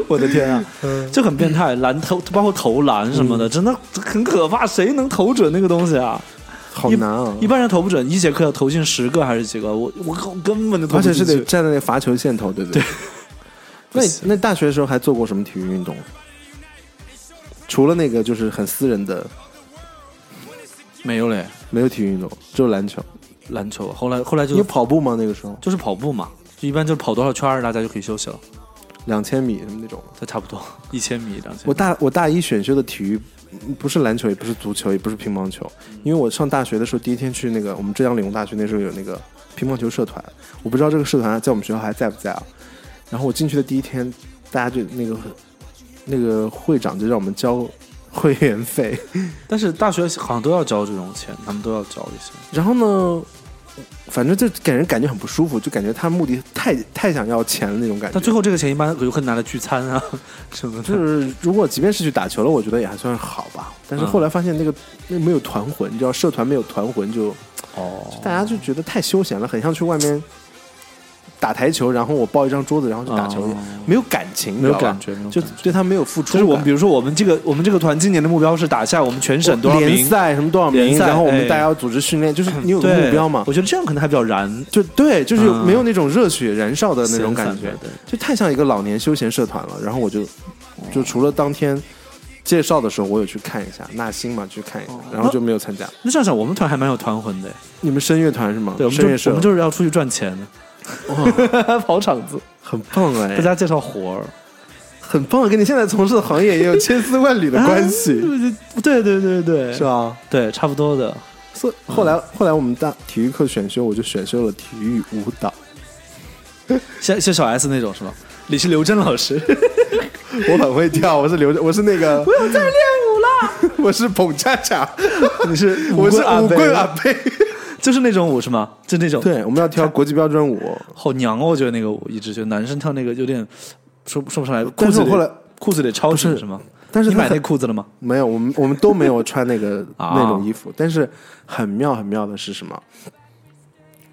A: 我的天啊，就很变态，篮投包括投篮什么的，真的很可怕。谁能投准那个东西啊？
B: 好难啊
A: 一！般人投不准，一节课要投进十个还是几个？我我靠，根本就投
B: 而
A: 不进
B: 且
A: 去。
B: 是得站在那罚球线头，对不对？
A: 不
B: 那你
A: 行
B: 那大学的时候还做过什么体育运动？除了那个就是很私人的，
A: 没有嘞，
B: 没有体育运动，只有篮球。
A: 篮球。后来后来
B: 你有
A: 就
B: 跑步吗？那个时候
A: 就是跑步嘛，就一般就是跑多少圈儿，大家就可以休息了，
B: 两千米什么那种。
A: 这差不多 一千米两千
B: 我。大我大一选修的体育嗯不是篮球，也不是足球，也不是乒乓球，因为我上大学的时候第一天去那个我们浙江理工大学那时候有那个乒乓球社团，我不知道这个社团在我们学校还在不在啊。然后我进去的第一天，大家就那个那个会长就让我们交会员费，
A: 但是大学好像都要交这种钱，他们都要交一些。
B: 然后呢。反正就给人感觉很不舒服，就感觉他目的太太想要钱了那种感觉
A: 但。最后这个钱一般有可能拿来聚餐 啊什么
B: 就
A: 的。
B: 是如果即便是去打球了，我觉得也还算是好吧。但是后来发现那个、那没有团魂，你知道社团没有团魂就，
A: 哦
B: 大家就觉得太休闲了，很像去外面打台球，然后我抱一张桌子然后去打球，
A: 哦
B: 没有感情，
A: 没有
B: 你知道吧
A: 感觉没有
B: 就
A: 感觉
B: 对他没有付
A: 就
B: 出感。
A: 是我们，比如说我们这个我们这个团今年的目标是打下我们全省多少名
B: 联赛什么多少名，
A: 联赛
B: 然后我们
A: 哎
B: 大家要组织训练，就是你有个
A: 对
B: 目标嘛
A: 我。觉得这样可能还比较燃
B: 就对，就是有
A: 嗯
B: 没有那种热血燃烧的那种感
A: 闲
B: 觉
A: 散，对
B: 就太像一个老年休闲社团了。然后我就，就除了当天介绍的时候，我有去看一下纳新嘛，去看一下，然后就没有参加。
A: 那这样想，我们团还蛮有团魂的。
B: 你们声乐团是吗？
A: 对，我们
B: 声乐
A: 就
B: 社，
A: 我们就是要出去赚钱的， 跑场子，
B: 很棒哎
A: 大，家介绍活儿。
B: 很棒，跟你现在从事的行业也有千丝万缕的关系，
A: 啊对对对对，
B: 是吧？
A: 对，差不多的。
B: 所以后来后来我们大体育课选修，我就选修了体育舞蹈。
A: 像像小 S 那种是吧？你是刘真老师，
B: 我很会跳，我是刘，我是那个，我有在练 舞啦，我是捧恰恰，
A: 你是
B: 我是
A: 阿
B: 舞
A: 贝
B: 棍阿贝。
A: 就是那种舞是吗？就那种，，
B: 对，我们要跳国际标准舞，
A: 好娘哦！我觉得那个舞一直觉得男生跳那个有点说说不上来，裤
B: 但是
A: 子
B: 我
A: 得
B: 后来
A: 裤子得超
B: 不
A: 是
B: 是
A: 是吗？
B: 但是
A: 你
B: 它
A: 买
B: 很
A: 那裤子了吗？
B: 没有，我们我们都没有穿那 个
A: 啊
B: 那种衣服，但是很妙很妙的是什么？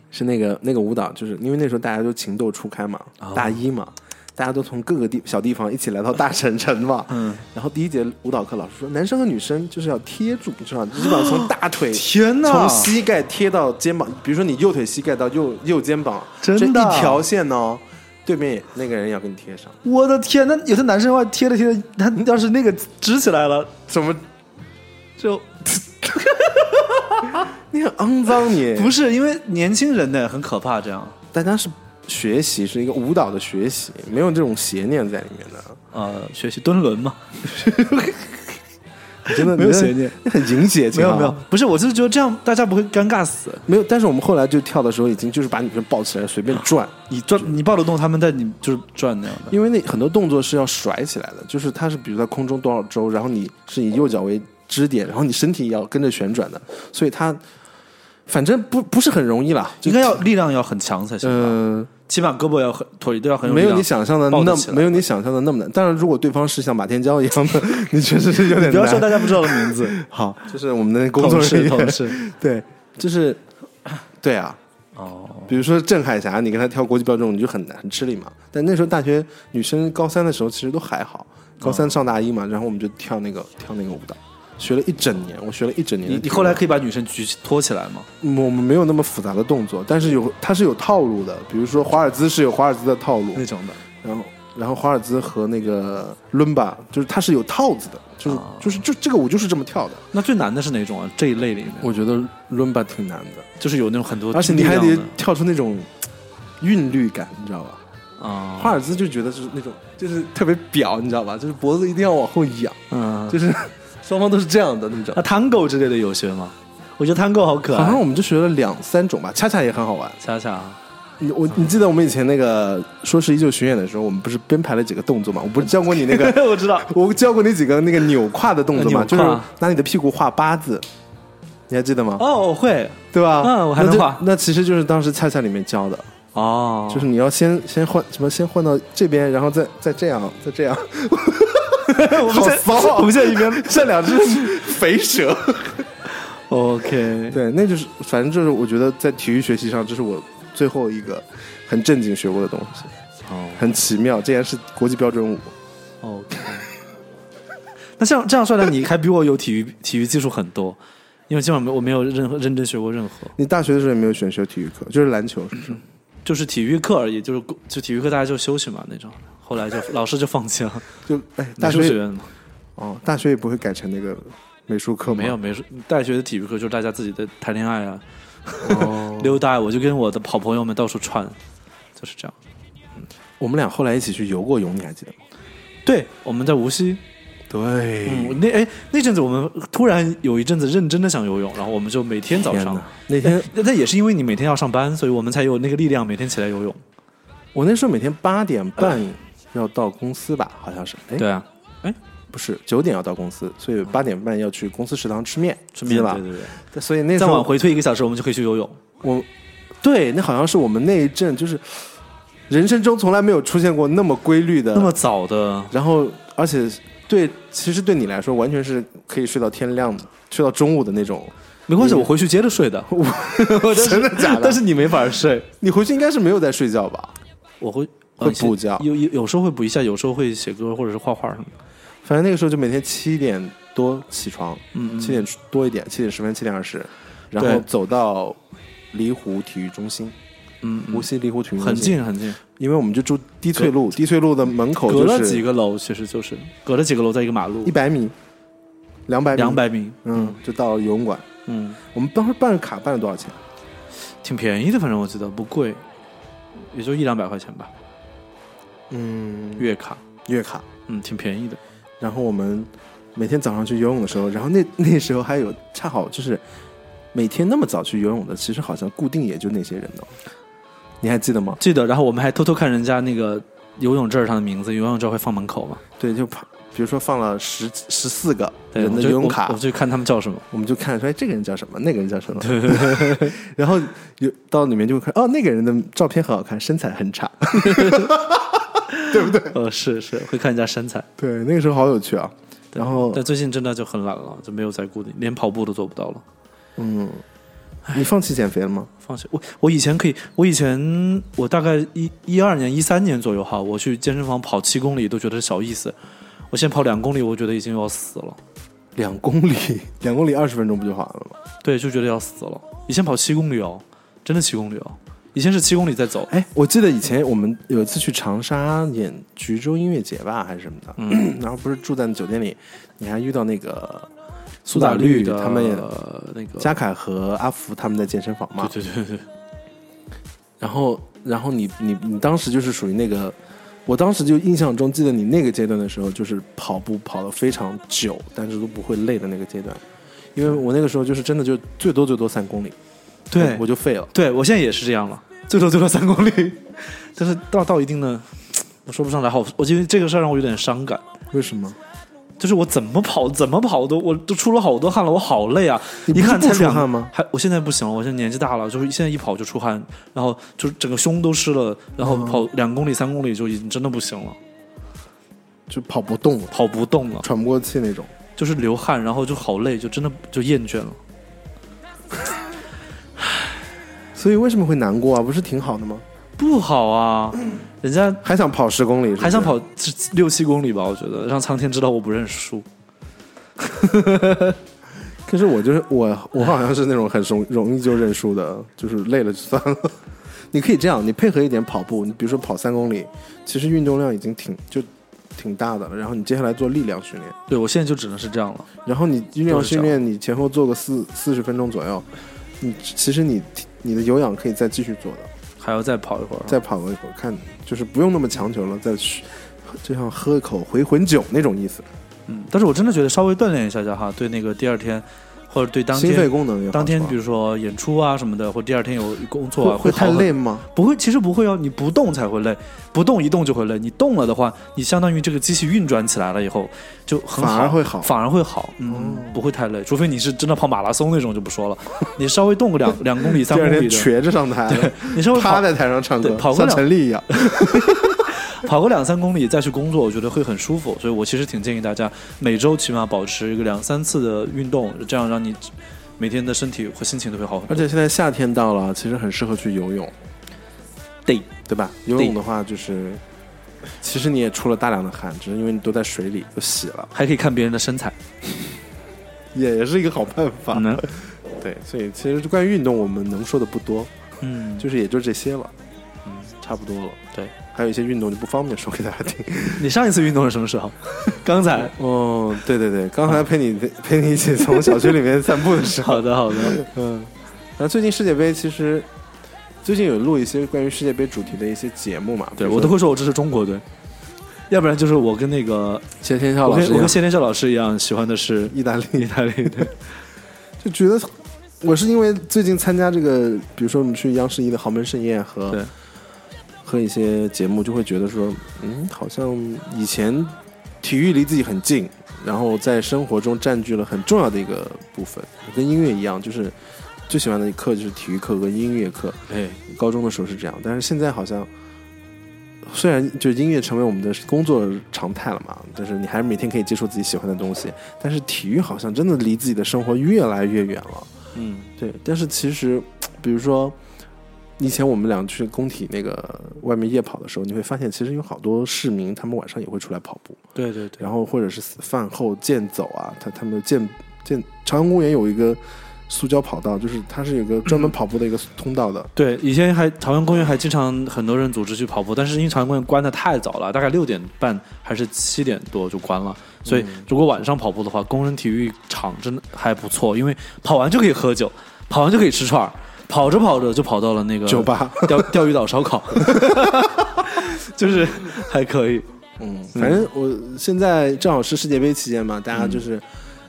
B: 是那个那个舞蹈，就是因为那时候大家都情窦初开嘛，大一嘛，大家都从各个地小地方一起来到大省城嘛。 嗯。然后第一节舞蹈课，老师说男生和女生就是要贴住，你知道，基本上从大 腿
A: 天哪
B: 从膝盖贴到肩膀，比如说你右腿膝盖到右右肩膀，
A: 真的
B: 这一条线哦，对面也那个人也要跟你贴上，
A: 我的天，那有的男生话贴着贴着，他要是那个直起来了，
B: 怎么
A: 就
B: 你很肮脏 你？
A: 不是因为年轻人呢很可怕这样。
B: 大家是学习，是一个舞蹈的学习，没有这种邪念在里面 的。
A: 呃，学习蹲轮嘛，
B: 真的
A: 没有
B: 你真的
A: 邪念
B: 你很淫邪，
A: 没
B: 秦
A: 有
B: 昊
A: 没有，，不是，我就是觉得这样大家不会尴尬死。
B: 没有。但是我们后来就跳的时候，已经就是把女生抱起来随便转，
A: 你转你抱得动他们，但你就是转那样的。
B: 因为那很多动作是要甩起来的，就是它是比如在空中多少周，然后你是以右脚为支点，然后你身体也要跟着旋转的，所以它反正不不是很容易啦， 就
A: 应该要力量要很强才行，
B: 嗯。
A: 起码胳膊要很，腿都要很
B: 没
A: 呃有力
B: 有
A: 量
B: 你想象的
A: 抱得
B: 那
A: 起来
B: 没有你想象的那么难，当然，如果对方是像马天骄一样的， 你确实是有点难。
A: 不要说大家不知道的名 字，
B: 好，就是我们的工作
A: 同
B: 人
A: 事
B: 员
A: 同事。
B: 对，就是， 对啊，
A: 哦，
B: 比如说郑海霞，你跟她跳国际标准舞，你就很难吃力嘛。但那时候大学嗯女生高三的时候，其实都还好，高三上大一嘛，然后我们就跳那个跳那个舞蹈，学了一整年，我学了一整年的
A: 你
B: 体
A: 你
B: 育。
A: 后来可以把女生举起托起来吗？
B: 我们没有那么复杂的动作，但是有它是有套路的，比如说华尔兹是有华尔兹的套 路
A: 那，种的，
B: 然后然后华尔兹和那个伦巴就是它是有套子的，就是、就是就这个舞就是这么跳的。
A: 那最难的是哪种啊？这一类里面，
B: 我觉得伦巴挺难的，
A: 就是有那种很多力
B: 而且
A: 量
B: 你
A: 的，
B: 还得跳出那种韵律感，你知道吧？
A: 啊，
B: 华尔兹就觉得就是那种就是特别表，你知道吧？就是脖子一定要往后仰，
A: 嗯，
B: 就是双方都是这样的那种
A: 那。tango 之类的有学吗？我觉得 tango 好可
B: 好像
A: 爱，啊
B: 我们就学了两三种吧，恰恰也很好玩。
A: 恰恰
B: 你我你记得我们以前那个说是依旧巡演的时候，我们不是编排了几个动作嘛？我不是教过你那 个，
A: 我知道，
B: 我教过你几个那个呃扭胯的动作嘛？
A: 扭胯
B: 就是拿你的屁股画八字，你还记得吗？
A: 哦，我会，
B: 对吧？
A: 嗯我还能
B: 那就
A: 画
B: 那其实就是当时恰恰里面教的，
A: 哦，
B: 就是你要先先换什么，先换到这边，然后再再这样，再这样。
A: 我
B: 好
A: 们现
B: 骚啊
A: 在 我们现在一边
B: 像两只 肥蛇。
A: OK，
B: 对，那就是反正就是我觉得在体育学习上，这是我最后一个很正经学过的东西，
A: 哦
B: 很奇妙，竟然是国际标准舞。
A: OK，那这样这样算来，你还比我有体育体育技术很多，因为基本上没我没有任何认真学过任何，
B: 你大学的时候也没有选修体育课，就是篮球，是不是？
A: 就是体育课而已，就是就体育课大家就休息嘛那种，后来就 老师就放弃 了，
B: 就哎，
A: 美
B: 大
A: 术学
B: 学
A: 院嘛，
B: 哦，大学也不会改成那个美术课吗？
A: 没有，美术大学的体育课就是大家自己的谈恋爱啊，
B: 哦，
A: 溜达，我就跟我的好朋友们到处串，就是这样。
B: 我们俩后来一起去游过泳，你还记得吗？
A: 对，我们在无锡，
B: 对
A: 嗯，那哎那阵子我们突然有一阵子认真的想游泳，然后我们就每天早
B: 天
A: 上哎
B: 哪，那天
A: 那那也是因为你每天要上班，所以我们才有那个力量每天起来游泳。
B: 我那时候每天八点半要到公司吧，好像是，哎，
A: 对啊，
B: 不是九点要到公司，所以八点半要去公司食堂吃面，
A: 顺便
B: 记得吧嗯
A: 对？对对，
B: 所以那时
A: 再往
B: 候
A: 回退一个小时，我们就可以去游泳。
B: 我，对，那好像是我们那一阵，就是人生中从来没有出现过那么规律的，
A: 那么早的，
B: 然后而且对，其实对你来说完全是可以睡到天亮的，睡到中午的那种。
A: 没关系，我回去接着睡 的。我
B: 真的假的
A: 但是你没法睡，
B: 你回去应该是没有在睡觉吧？
A: 我会
B: 会补觉
A: 有有有时候会补一下，有时候会写歌或者是画画什么的。
B: 反正那个时候就每天七点多起床，
A: 嗯嗯
B: 七点多一点，七点十分，七点二十，然
A: 对
B: 后走到离湖体育中心，
A: 嗯，
B: 无锡离湖体育中心
A: 很，近很近，
B: 因为我们就住滴翠路，滴翠路的门口
A: 隔
B: 就
A: 了
B: 是
A: 几个楼，其实就是隔了几个楼，在一个马路
B: 一，百米，两百米，
A: 两，百米。
B: 嗯，就到游泳馆。
A: 嗯，
B: 我们当时办卡办了多少钱？
A: 挺便宜的，反正我记得不贵，也就一两百块钱吧，
B: 嗯，
A: 月卡。
B: 月卡。
A: 嗯，挺便宜的。
B: 然后我们每天早上去游泳的时候，然后那 那时候还有恰好就是每天那么早去游泳的，其实好像固定也就那些人了。你还记得吗？
A: 记得，然后我们还偷偷看人家那个游泳证上的名字，游泳证会放门口嘛？
B: 对，就怕比如说放了十十四个
A: 对，
B: 人
A: 我
B: 的
A: 就
B: 游泳
A: 我
B: 卡
A: 我，就看他们叫 什么。
B: 我们就看出哎来这个人叫什么，那个人叫什么。 然后有到里面就会看，哦，那个人的照片很好看，身材很差。
A: 呃，是是，会看人家身材。
B: 对，那个时候好有趣啊。然后
A: 但最近真的就很懒了，就没有再固定，连跑步都做不到了。
B: 嗯，你放弃减肥了吗？
A: 放弃我，我以前可以，我以前我大概一一二年、一三年左右哈，我去健身房跑七公里都觉得是小意思，我现在跑两公里，我觉得已经要死了，
B: 两公里， 两公里二十分钟不就好了吗？
A: 对，就觉得要死了。以前跑七公里哦，真的七公里哦，以前是七公里在走，
B: 哎，我记得以前我们有一次去长沙演徐州音乐节吧，还是什么的，嗯、 然后不是住在酒店里，你还遇到那个苏打绿
A: 的
B: 他们也，
A: 那个，
B: 嘉凯和阿福他们在健身房嘛，
A: 对对对对，
B: 然后然后你你你当时就是属于那个，我当时就印象中记得你那个阶段的时候，就是跑步跑得非常久，但是都不会累的那个阶段，因为我那个时候就是真的就最多最多三公里，
A: 对
B: 我就废了。
A: 对我现在也是这样了，最多最多三公里， 但是到到一定的，我说不上来好，我觉得这个事儿让我有点伤感。
B: 为什么？
A: 就是我怎么跑怎么跑都我都出了好多汗了，我好累啊！
B: 你不
A: 一
B: 是
A: 看
B: 不
A: 才
B: 出
A: 两
B: 汗吗？
A: 还我现在不行了，我现在年纪大了，就是现在一跑就出汗，然后就是整个胸都湿了，然
B: 嗯
A: 后跑两公里三公里就已经真的不行了，
B: 就跑不动了，
A: 跑不动了，
B: 喘不过气那种。
A: 就是流汗，然后就好累，就真的就厌倦了。
B: 所以为什么会难过啊？不是挺好的吗？
A: 不好啊， 人家
B: 还想跑十公里是不是
A: 还想，跑六七公里吧，我觉得让苍天知道我不认输。
B: 可是我就是我，我好像是那种很容容易就认输的，就是累了就算了。你可以这样，你配合一点跑步，你比如说跑三公里，其实运动量已经挺就挺大的了。然后你接下来做力量训练，
A: 对我现在就只能是这样了。
B: 然后你力量
A: 都是这
B: 训
A: 样
B: 练，你前后做个四四十分钟左右，你其实你你的有氧可以再继续做的，
A: 还要再跑一会儿，
B: 再跑个一会儿，看就是不用那么强求了，再去就像喝一口回魂酒那种意思，
A: 嗯，但是我真的觉得稍微锻炼一下下哈，对那个第二天或者对当
B: 心肺
A: 天
B: 功能也好
A: 当天，比
B: 如
A: 如说演出啊什么的，或者第二天有工作
B: 会
A: 啊，
B: 会
A: 好
B: 太
A: 很
B: 累吗？
A: 不会，其实不会哦，你不动才会累，不动一动就会累。你动了的话，你相当于这个机器运转起来了以后，就很好，
B: 反而会好哦
A: 反而会好，嗯，不会太累。除非你是真的跑马拉松那种就不说了，你稍微动个两两公里、三
B: 第二
A: 公里
B: 天
A: 的，
B: 瘸着上台了，
A: 你 稍微
B: 趴
A: 跑
B: 在台上唱歌
A: 对，跑个
B: 像
A: 两
B: 陈粒一样。
A: 跑个两三公里再去工作，我觉得会很舒服。所以我其实挺建议大家每周起码保持一个两三次的运动，这样让你每天的身体和心情都会好很多。
B: 而且现在夏天到了，其实很适合去游泳，嗯
A: 对
B: 对吧？游泳的话就是，其实你也出了大量的汗，只是因为你都在水里都洗了，
A: 还可以看别人的身材，
B: 也也是一个好办法。
A: 嗯，
B: 对，所以其实关于运动，我们能说的不多，
A: 嗯，
B: 就是也就这些了，
A: 嗯
B: 差不多了。
A: 对，
B: 还有一些运动就不方便说给大家 听。
A: 你上一次运动是什么时候？ 刚 才。
B: 哦，对对对，刚才陪你陪你一起从小区里面散步的 时候
A: 好，的，好的。
B: 嗯，那最近世界杯其实最近有录一些关于世界杯主题的一些节目嘛？
A: 对我都会说我支持中国队，要不然就是我跟那个
B: 谢天笑
A: 我
B: 老
A: 跟
B: 师
A: 我
B: 一
A: 跟
B: 样，
A: 谢天笑老师一样，喜欢的 是
B: 意大利
A: 意大利队。
B: 就觉得我是因为最近参加这个，比如说我们去央视一的豪门盛宴和
A: 对
B: 和一些节目，就会觉得说，嗯，好像以前体育离自己很近，然后在生活中占据了很重要的一个部分，跟音乐一样，就是最喜欢的课就是体育课跟音乐课。
A: 对，
B: 高中的时候是这样，但是现在好像。虽然就音乐成为我们的工作常态了嘛，但是你还是每天可以接触自己喜欢的东西。但是体育好像真的离自己的生活越来越远了。
A: 嗯，
B: 对，但是其实，比如说，以前我们俩去工体那个外面夜跑的时候，你会发现，其实有好多市民，他们晚上也会出来跑步，
A: 对对对，
B: 然后或者是饭后健走啊，他他们健健朝阳公园有一个塑胶跑道，就是它是有个专门跑步的一个通道的。
A: 对，以前还朝阳公园还经常很多人组织去跑步，但是因为朝阳公园关的太早了，大概六点半还是七点多就关了，所以
B: 嗯
A: 如果晚上跑步的话，工人体育场真的还不错，因为跑完就可以喝酒，跑完就可以吃串儿，跑着跑着就跑到了那个
B: 酒吧，
A: 钓钓鱼岛烧烤， 就是还可以。
B: 嗯，反正我现在正好是世界杯期间嘛，大家就是，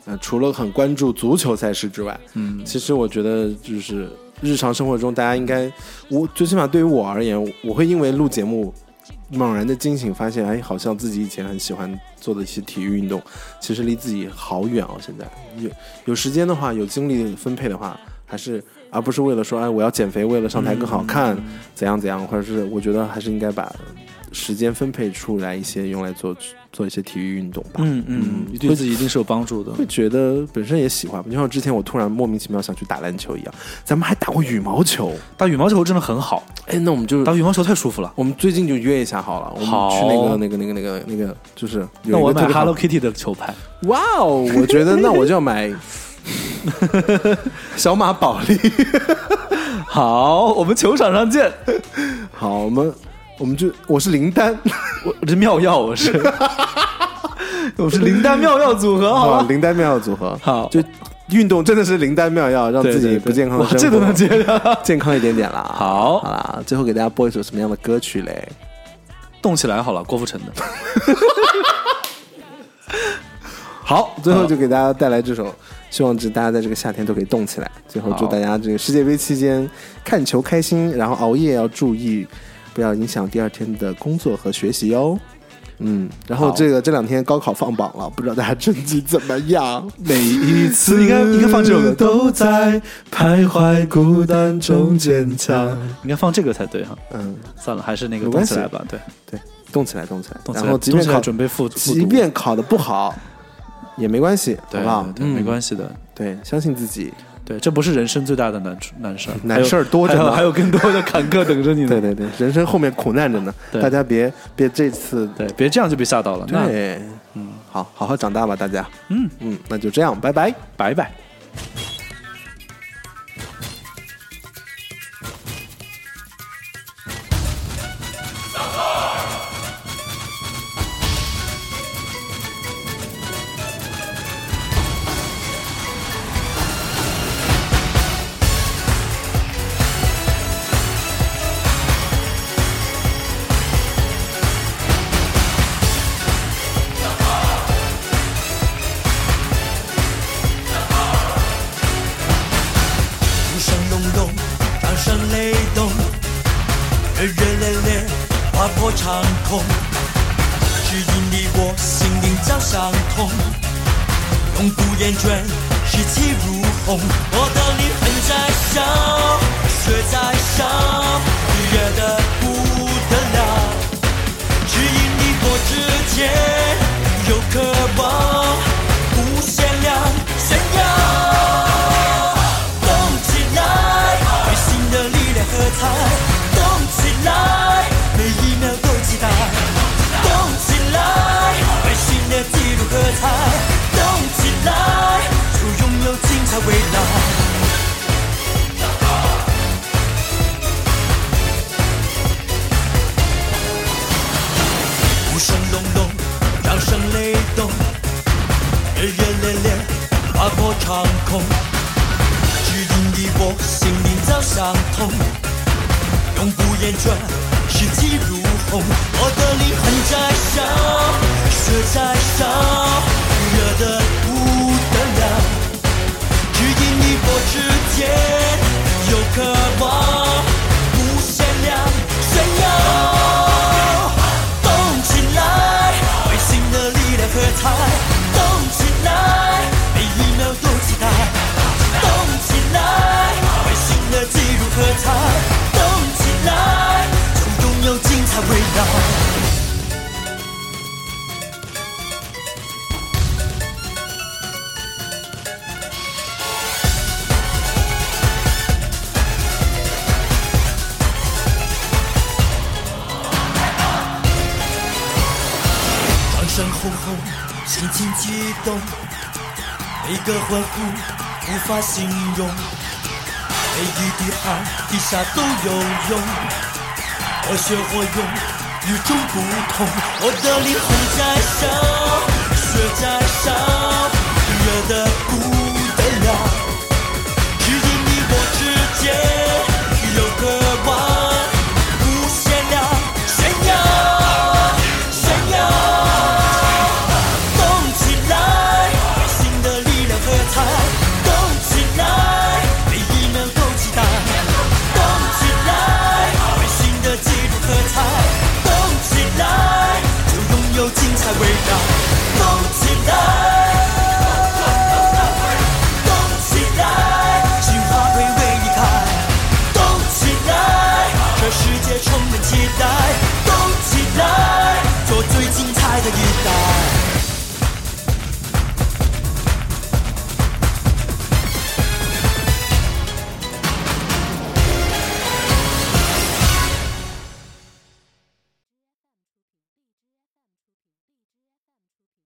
B: 呃，除了很关注足球赛事之外，
A: 嗯，
B: 其实我觉得就是日常生活中，大家应该，我最起码对于我而言，我会因为录节目，猛然的惊醒，发现哎，好像自己以前很喜欢做的一些体育运动，其实离自己好远哦。现在有有时间的话，有精力分配的话，还是而不是为了说哎我要减肥，为了上台更好看，怎样怎样，或者是我觉得还是应该把时间分配出来一些，用来做做一些体育运动吧。
A: 嗯嗯，
B: 嗯
A: 嗯，对自己一定是有帮助的。
B: 会觉得本身也喜欢，就像之前我突然莫名其妙想去打篮球一样，咱们还打过羽毛球。
A: 打羽毛球真的很好，
B: 哎，那我们就
A: 打羽毛球太舒服了。
B: 我们最近就约一下好了，我们
A: 好
B: 去那个那个那个那个那个，就是有一
A: 那
B: 个
A: 我
B: 特
A: 买
B: 别好
A: Hello Kitty 的球拍，
B: 哇哦，我觉得那我就要 买小马宝莉。
A: 好，我们球场上见。
B: 好，我们我们就我是林丹，
A: 我我这妙药，我 是，我是灵丹妙药组合，好
B: 好，
A: 吧？
B: 林丹妙药组合，
A: 好
B: 就运动真的是林丹妙药，让
A: 对
B: 自己
A: 对对
B: 不健康的
A: 哇
B: 生活
A: 这都能接 着，
B: 健康一点点啦。
A: 好
B: 好啦，最后给大家播一首什么样的歌曲嘞？
A: 动起来好了，郭富城 的。
B: 好， 最
A: 嗯
B: 后就给大家带来这首，希望这大家在这个夏天都可以动起来。最后祝
A: 好
B: 大家这个世界杯期间看球开心，然后熬夜要注意，不要影响第二天的工作和学习哟。嗯，然后
A: 好
B: 这个这两天高考放榜了，不知道大家成绩怎么样？
A: 每一次应该应该放这首歌，
C: 都在徘徊孤单中坚强。
A: 应该放这个才对哈。
B: 嗯，
A: 算了，还是那个
B: 呃没
A: 动
B: 关系
A: 起来吧。对，
B: 对，动起来，动起来，
A: 动起
B: 然
A: 来，
B: 后
A: 动
B: 即
A: 起
B: 便
A: 来
B: 考，
A: 准备复复读
B: 即便考的不好也没关系，好
A: 对
B: 不好？嗯
A: 对，没
B: 系，
A: 关系的。
B: 对，相信自己。
A: 对，这不是人生最大的难处难事儿，
B: 难事儿多着
A: 还有
B: 呢
A: 还有还有更多的坎坷等着你
B: 对
A: 呢。
B: 对对，人生后面苦难着呢，
A: 对
B: 大家别别这次
A: 对，别这样就被吓到了。那
B: 对，嗯，好好好长大吧，大家。
A: 嗯
B: 嗯，那就这样，拜拜。
A: 拜拜。
D: 鼓声隆隆，掌声雷动，热热烈烈，划破长空。指引你我心灵交相通，永不厌倦，士气如虹。我的灵魂在烧，血在烧，热得不得了。指引你我之间有渴望，无限量闪耀。动起来，为新的力量喝彩！动起来，每一秒都期待！动起来，为新的记录喝彩！动起来，就拥有精彩未来！鼓声隆隆，掌声雷动，热热烈烈，划破长空。指引你我心灵早相通，永不言倦，士气如虹。我的灵魂在烧，血在烧，热得不得了。指引你我之间有渴望，无限量闪耀。动起来，为新的力量喝彩！动起来，每一秒都期待！动起来，为新的记录喝彩！动起来，就拥有精彩未来。掌声轰轰，心情激动，每个欢呼无法形容，每一滴汗滴下都有用，我学我用，与众不同，我的灵魂在烧，血在烧，热得不得了，指引啊你我之间有渴望，无限量炫耀，炫耀。动起来，为新的力量喝彩！动起来，每一秒都期待！动起来，为新的纪录喝彩！动起来，就拥有精彩未来！动起来，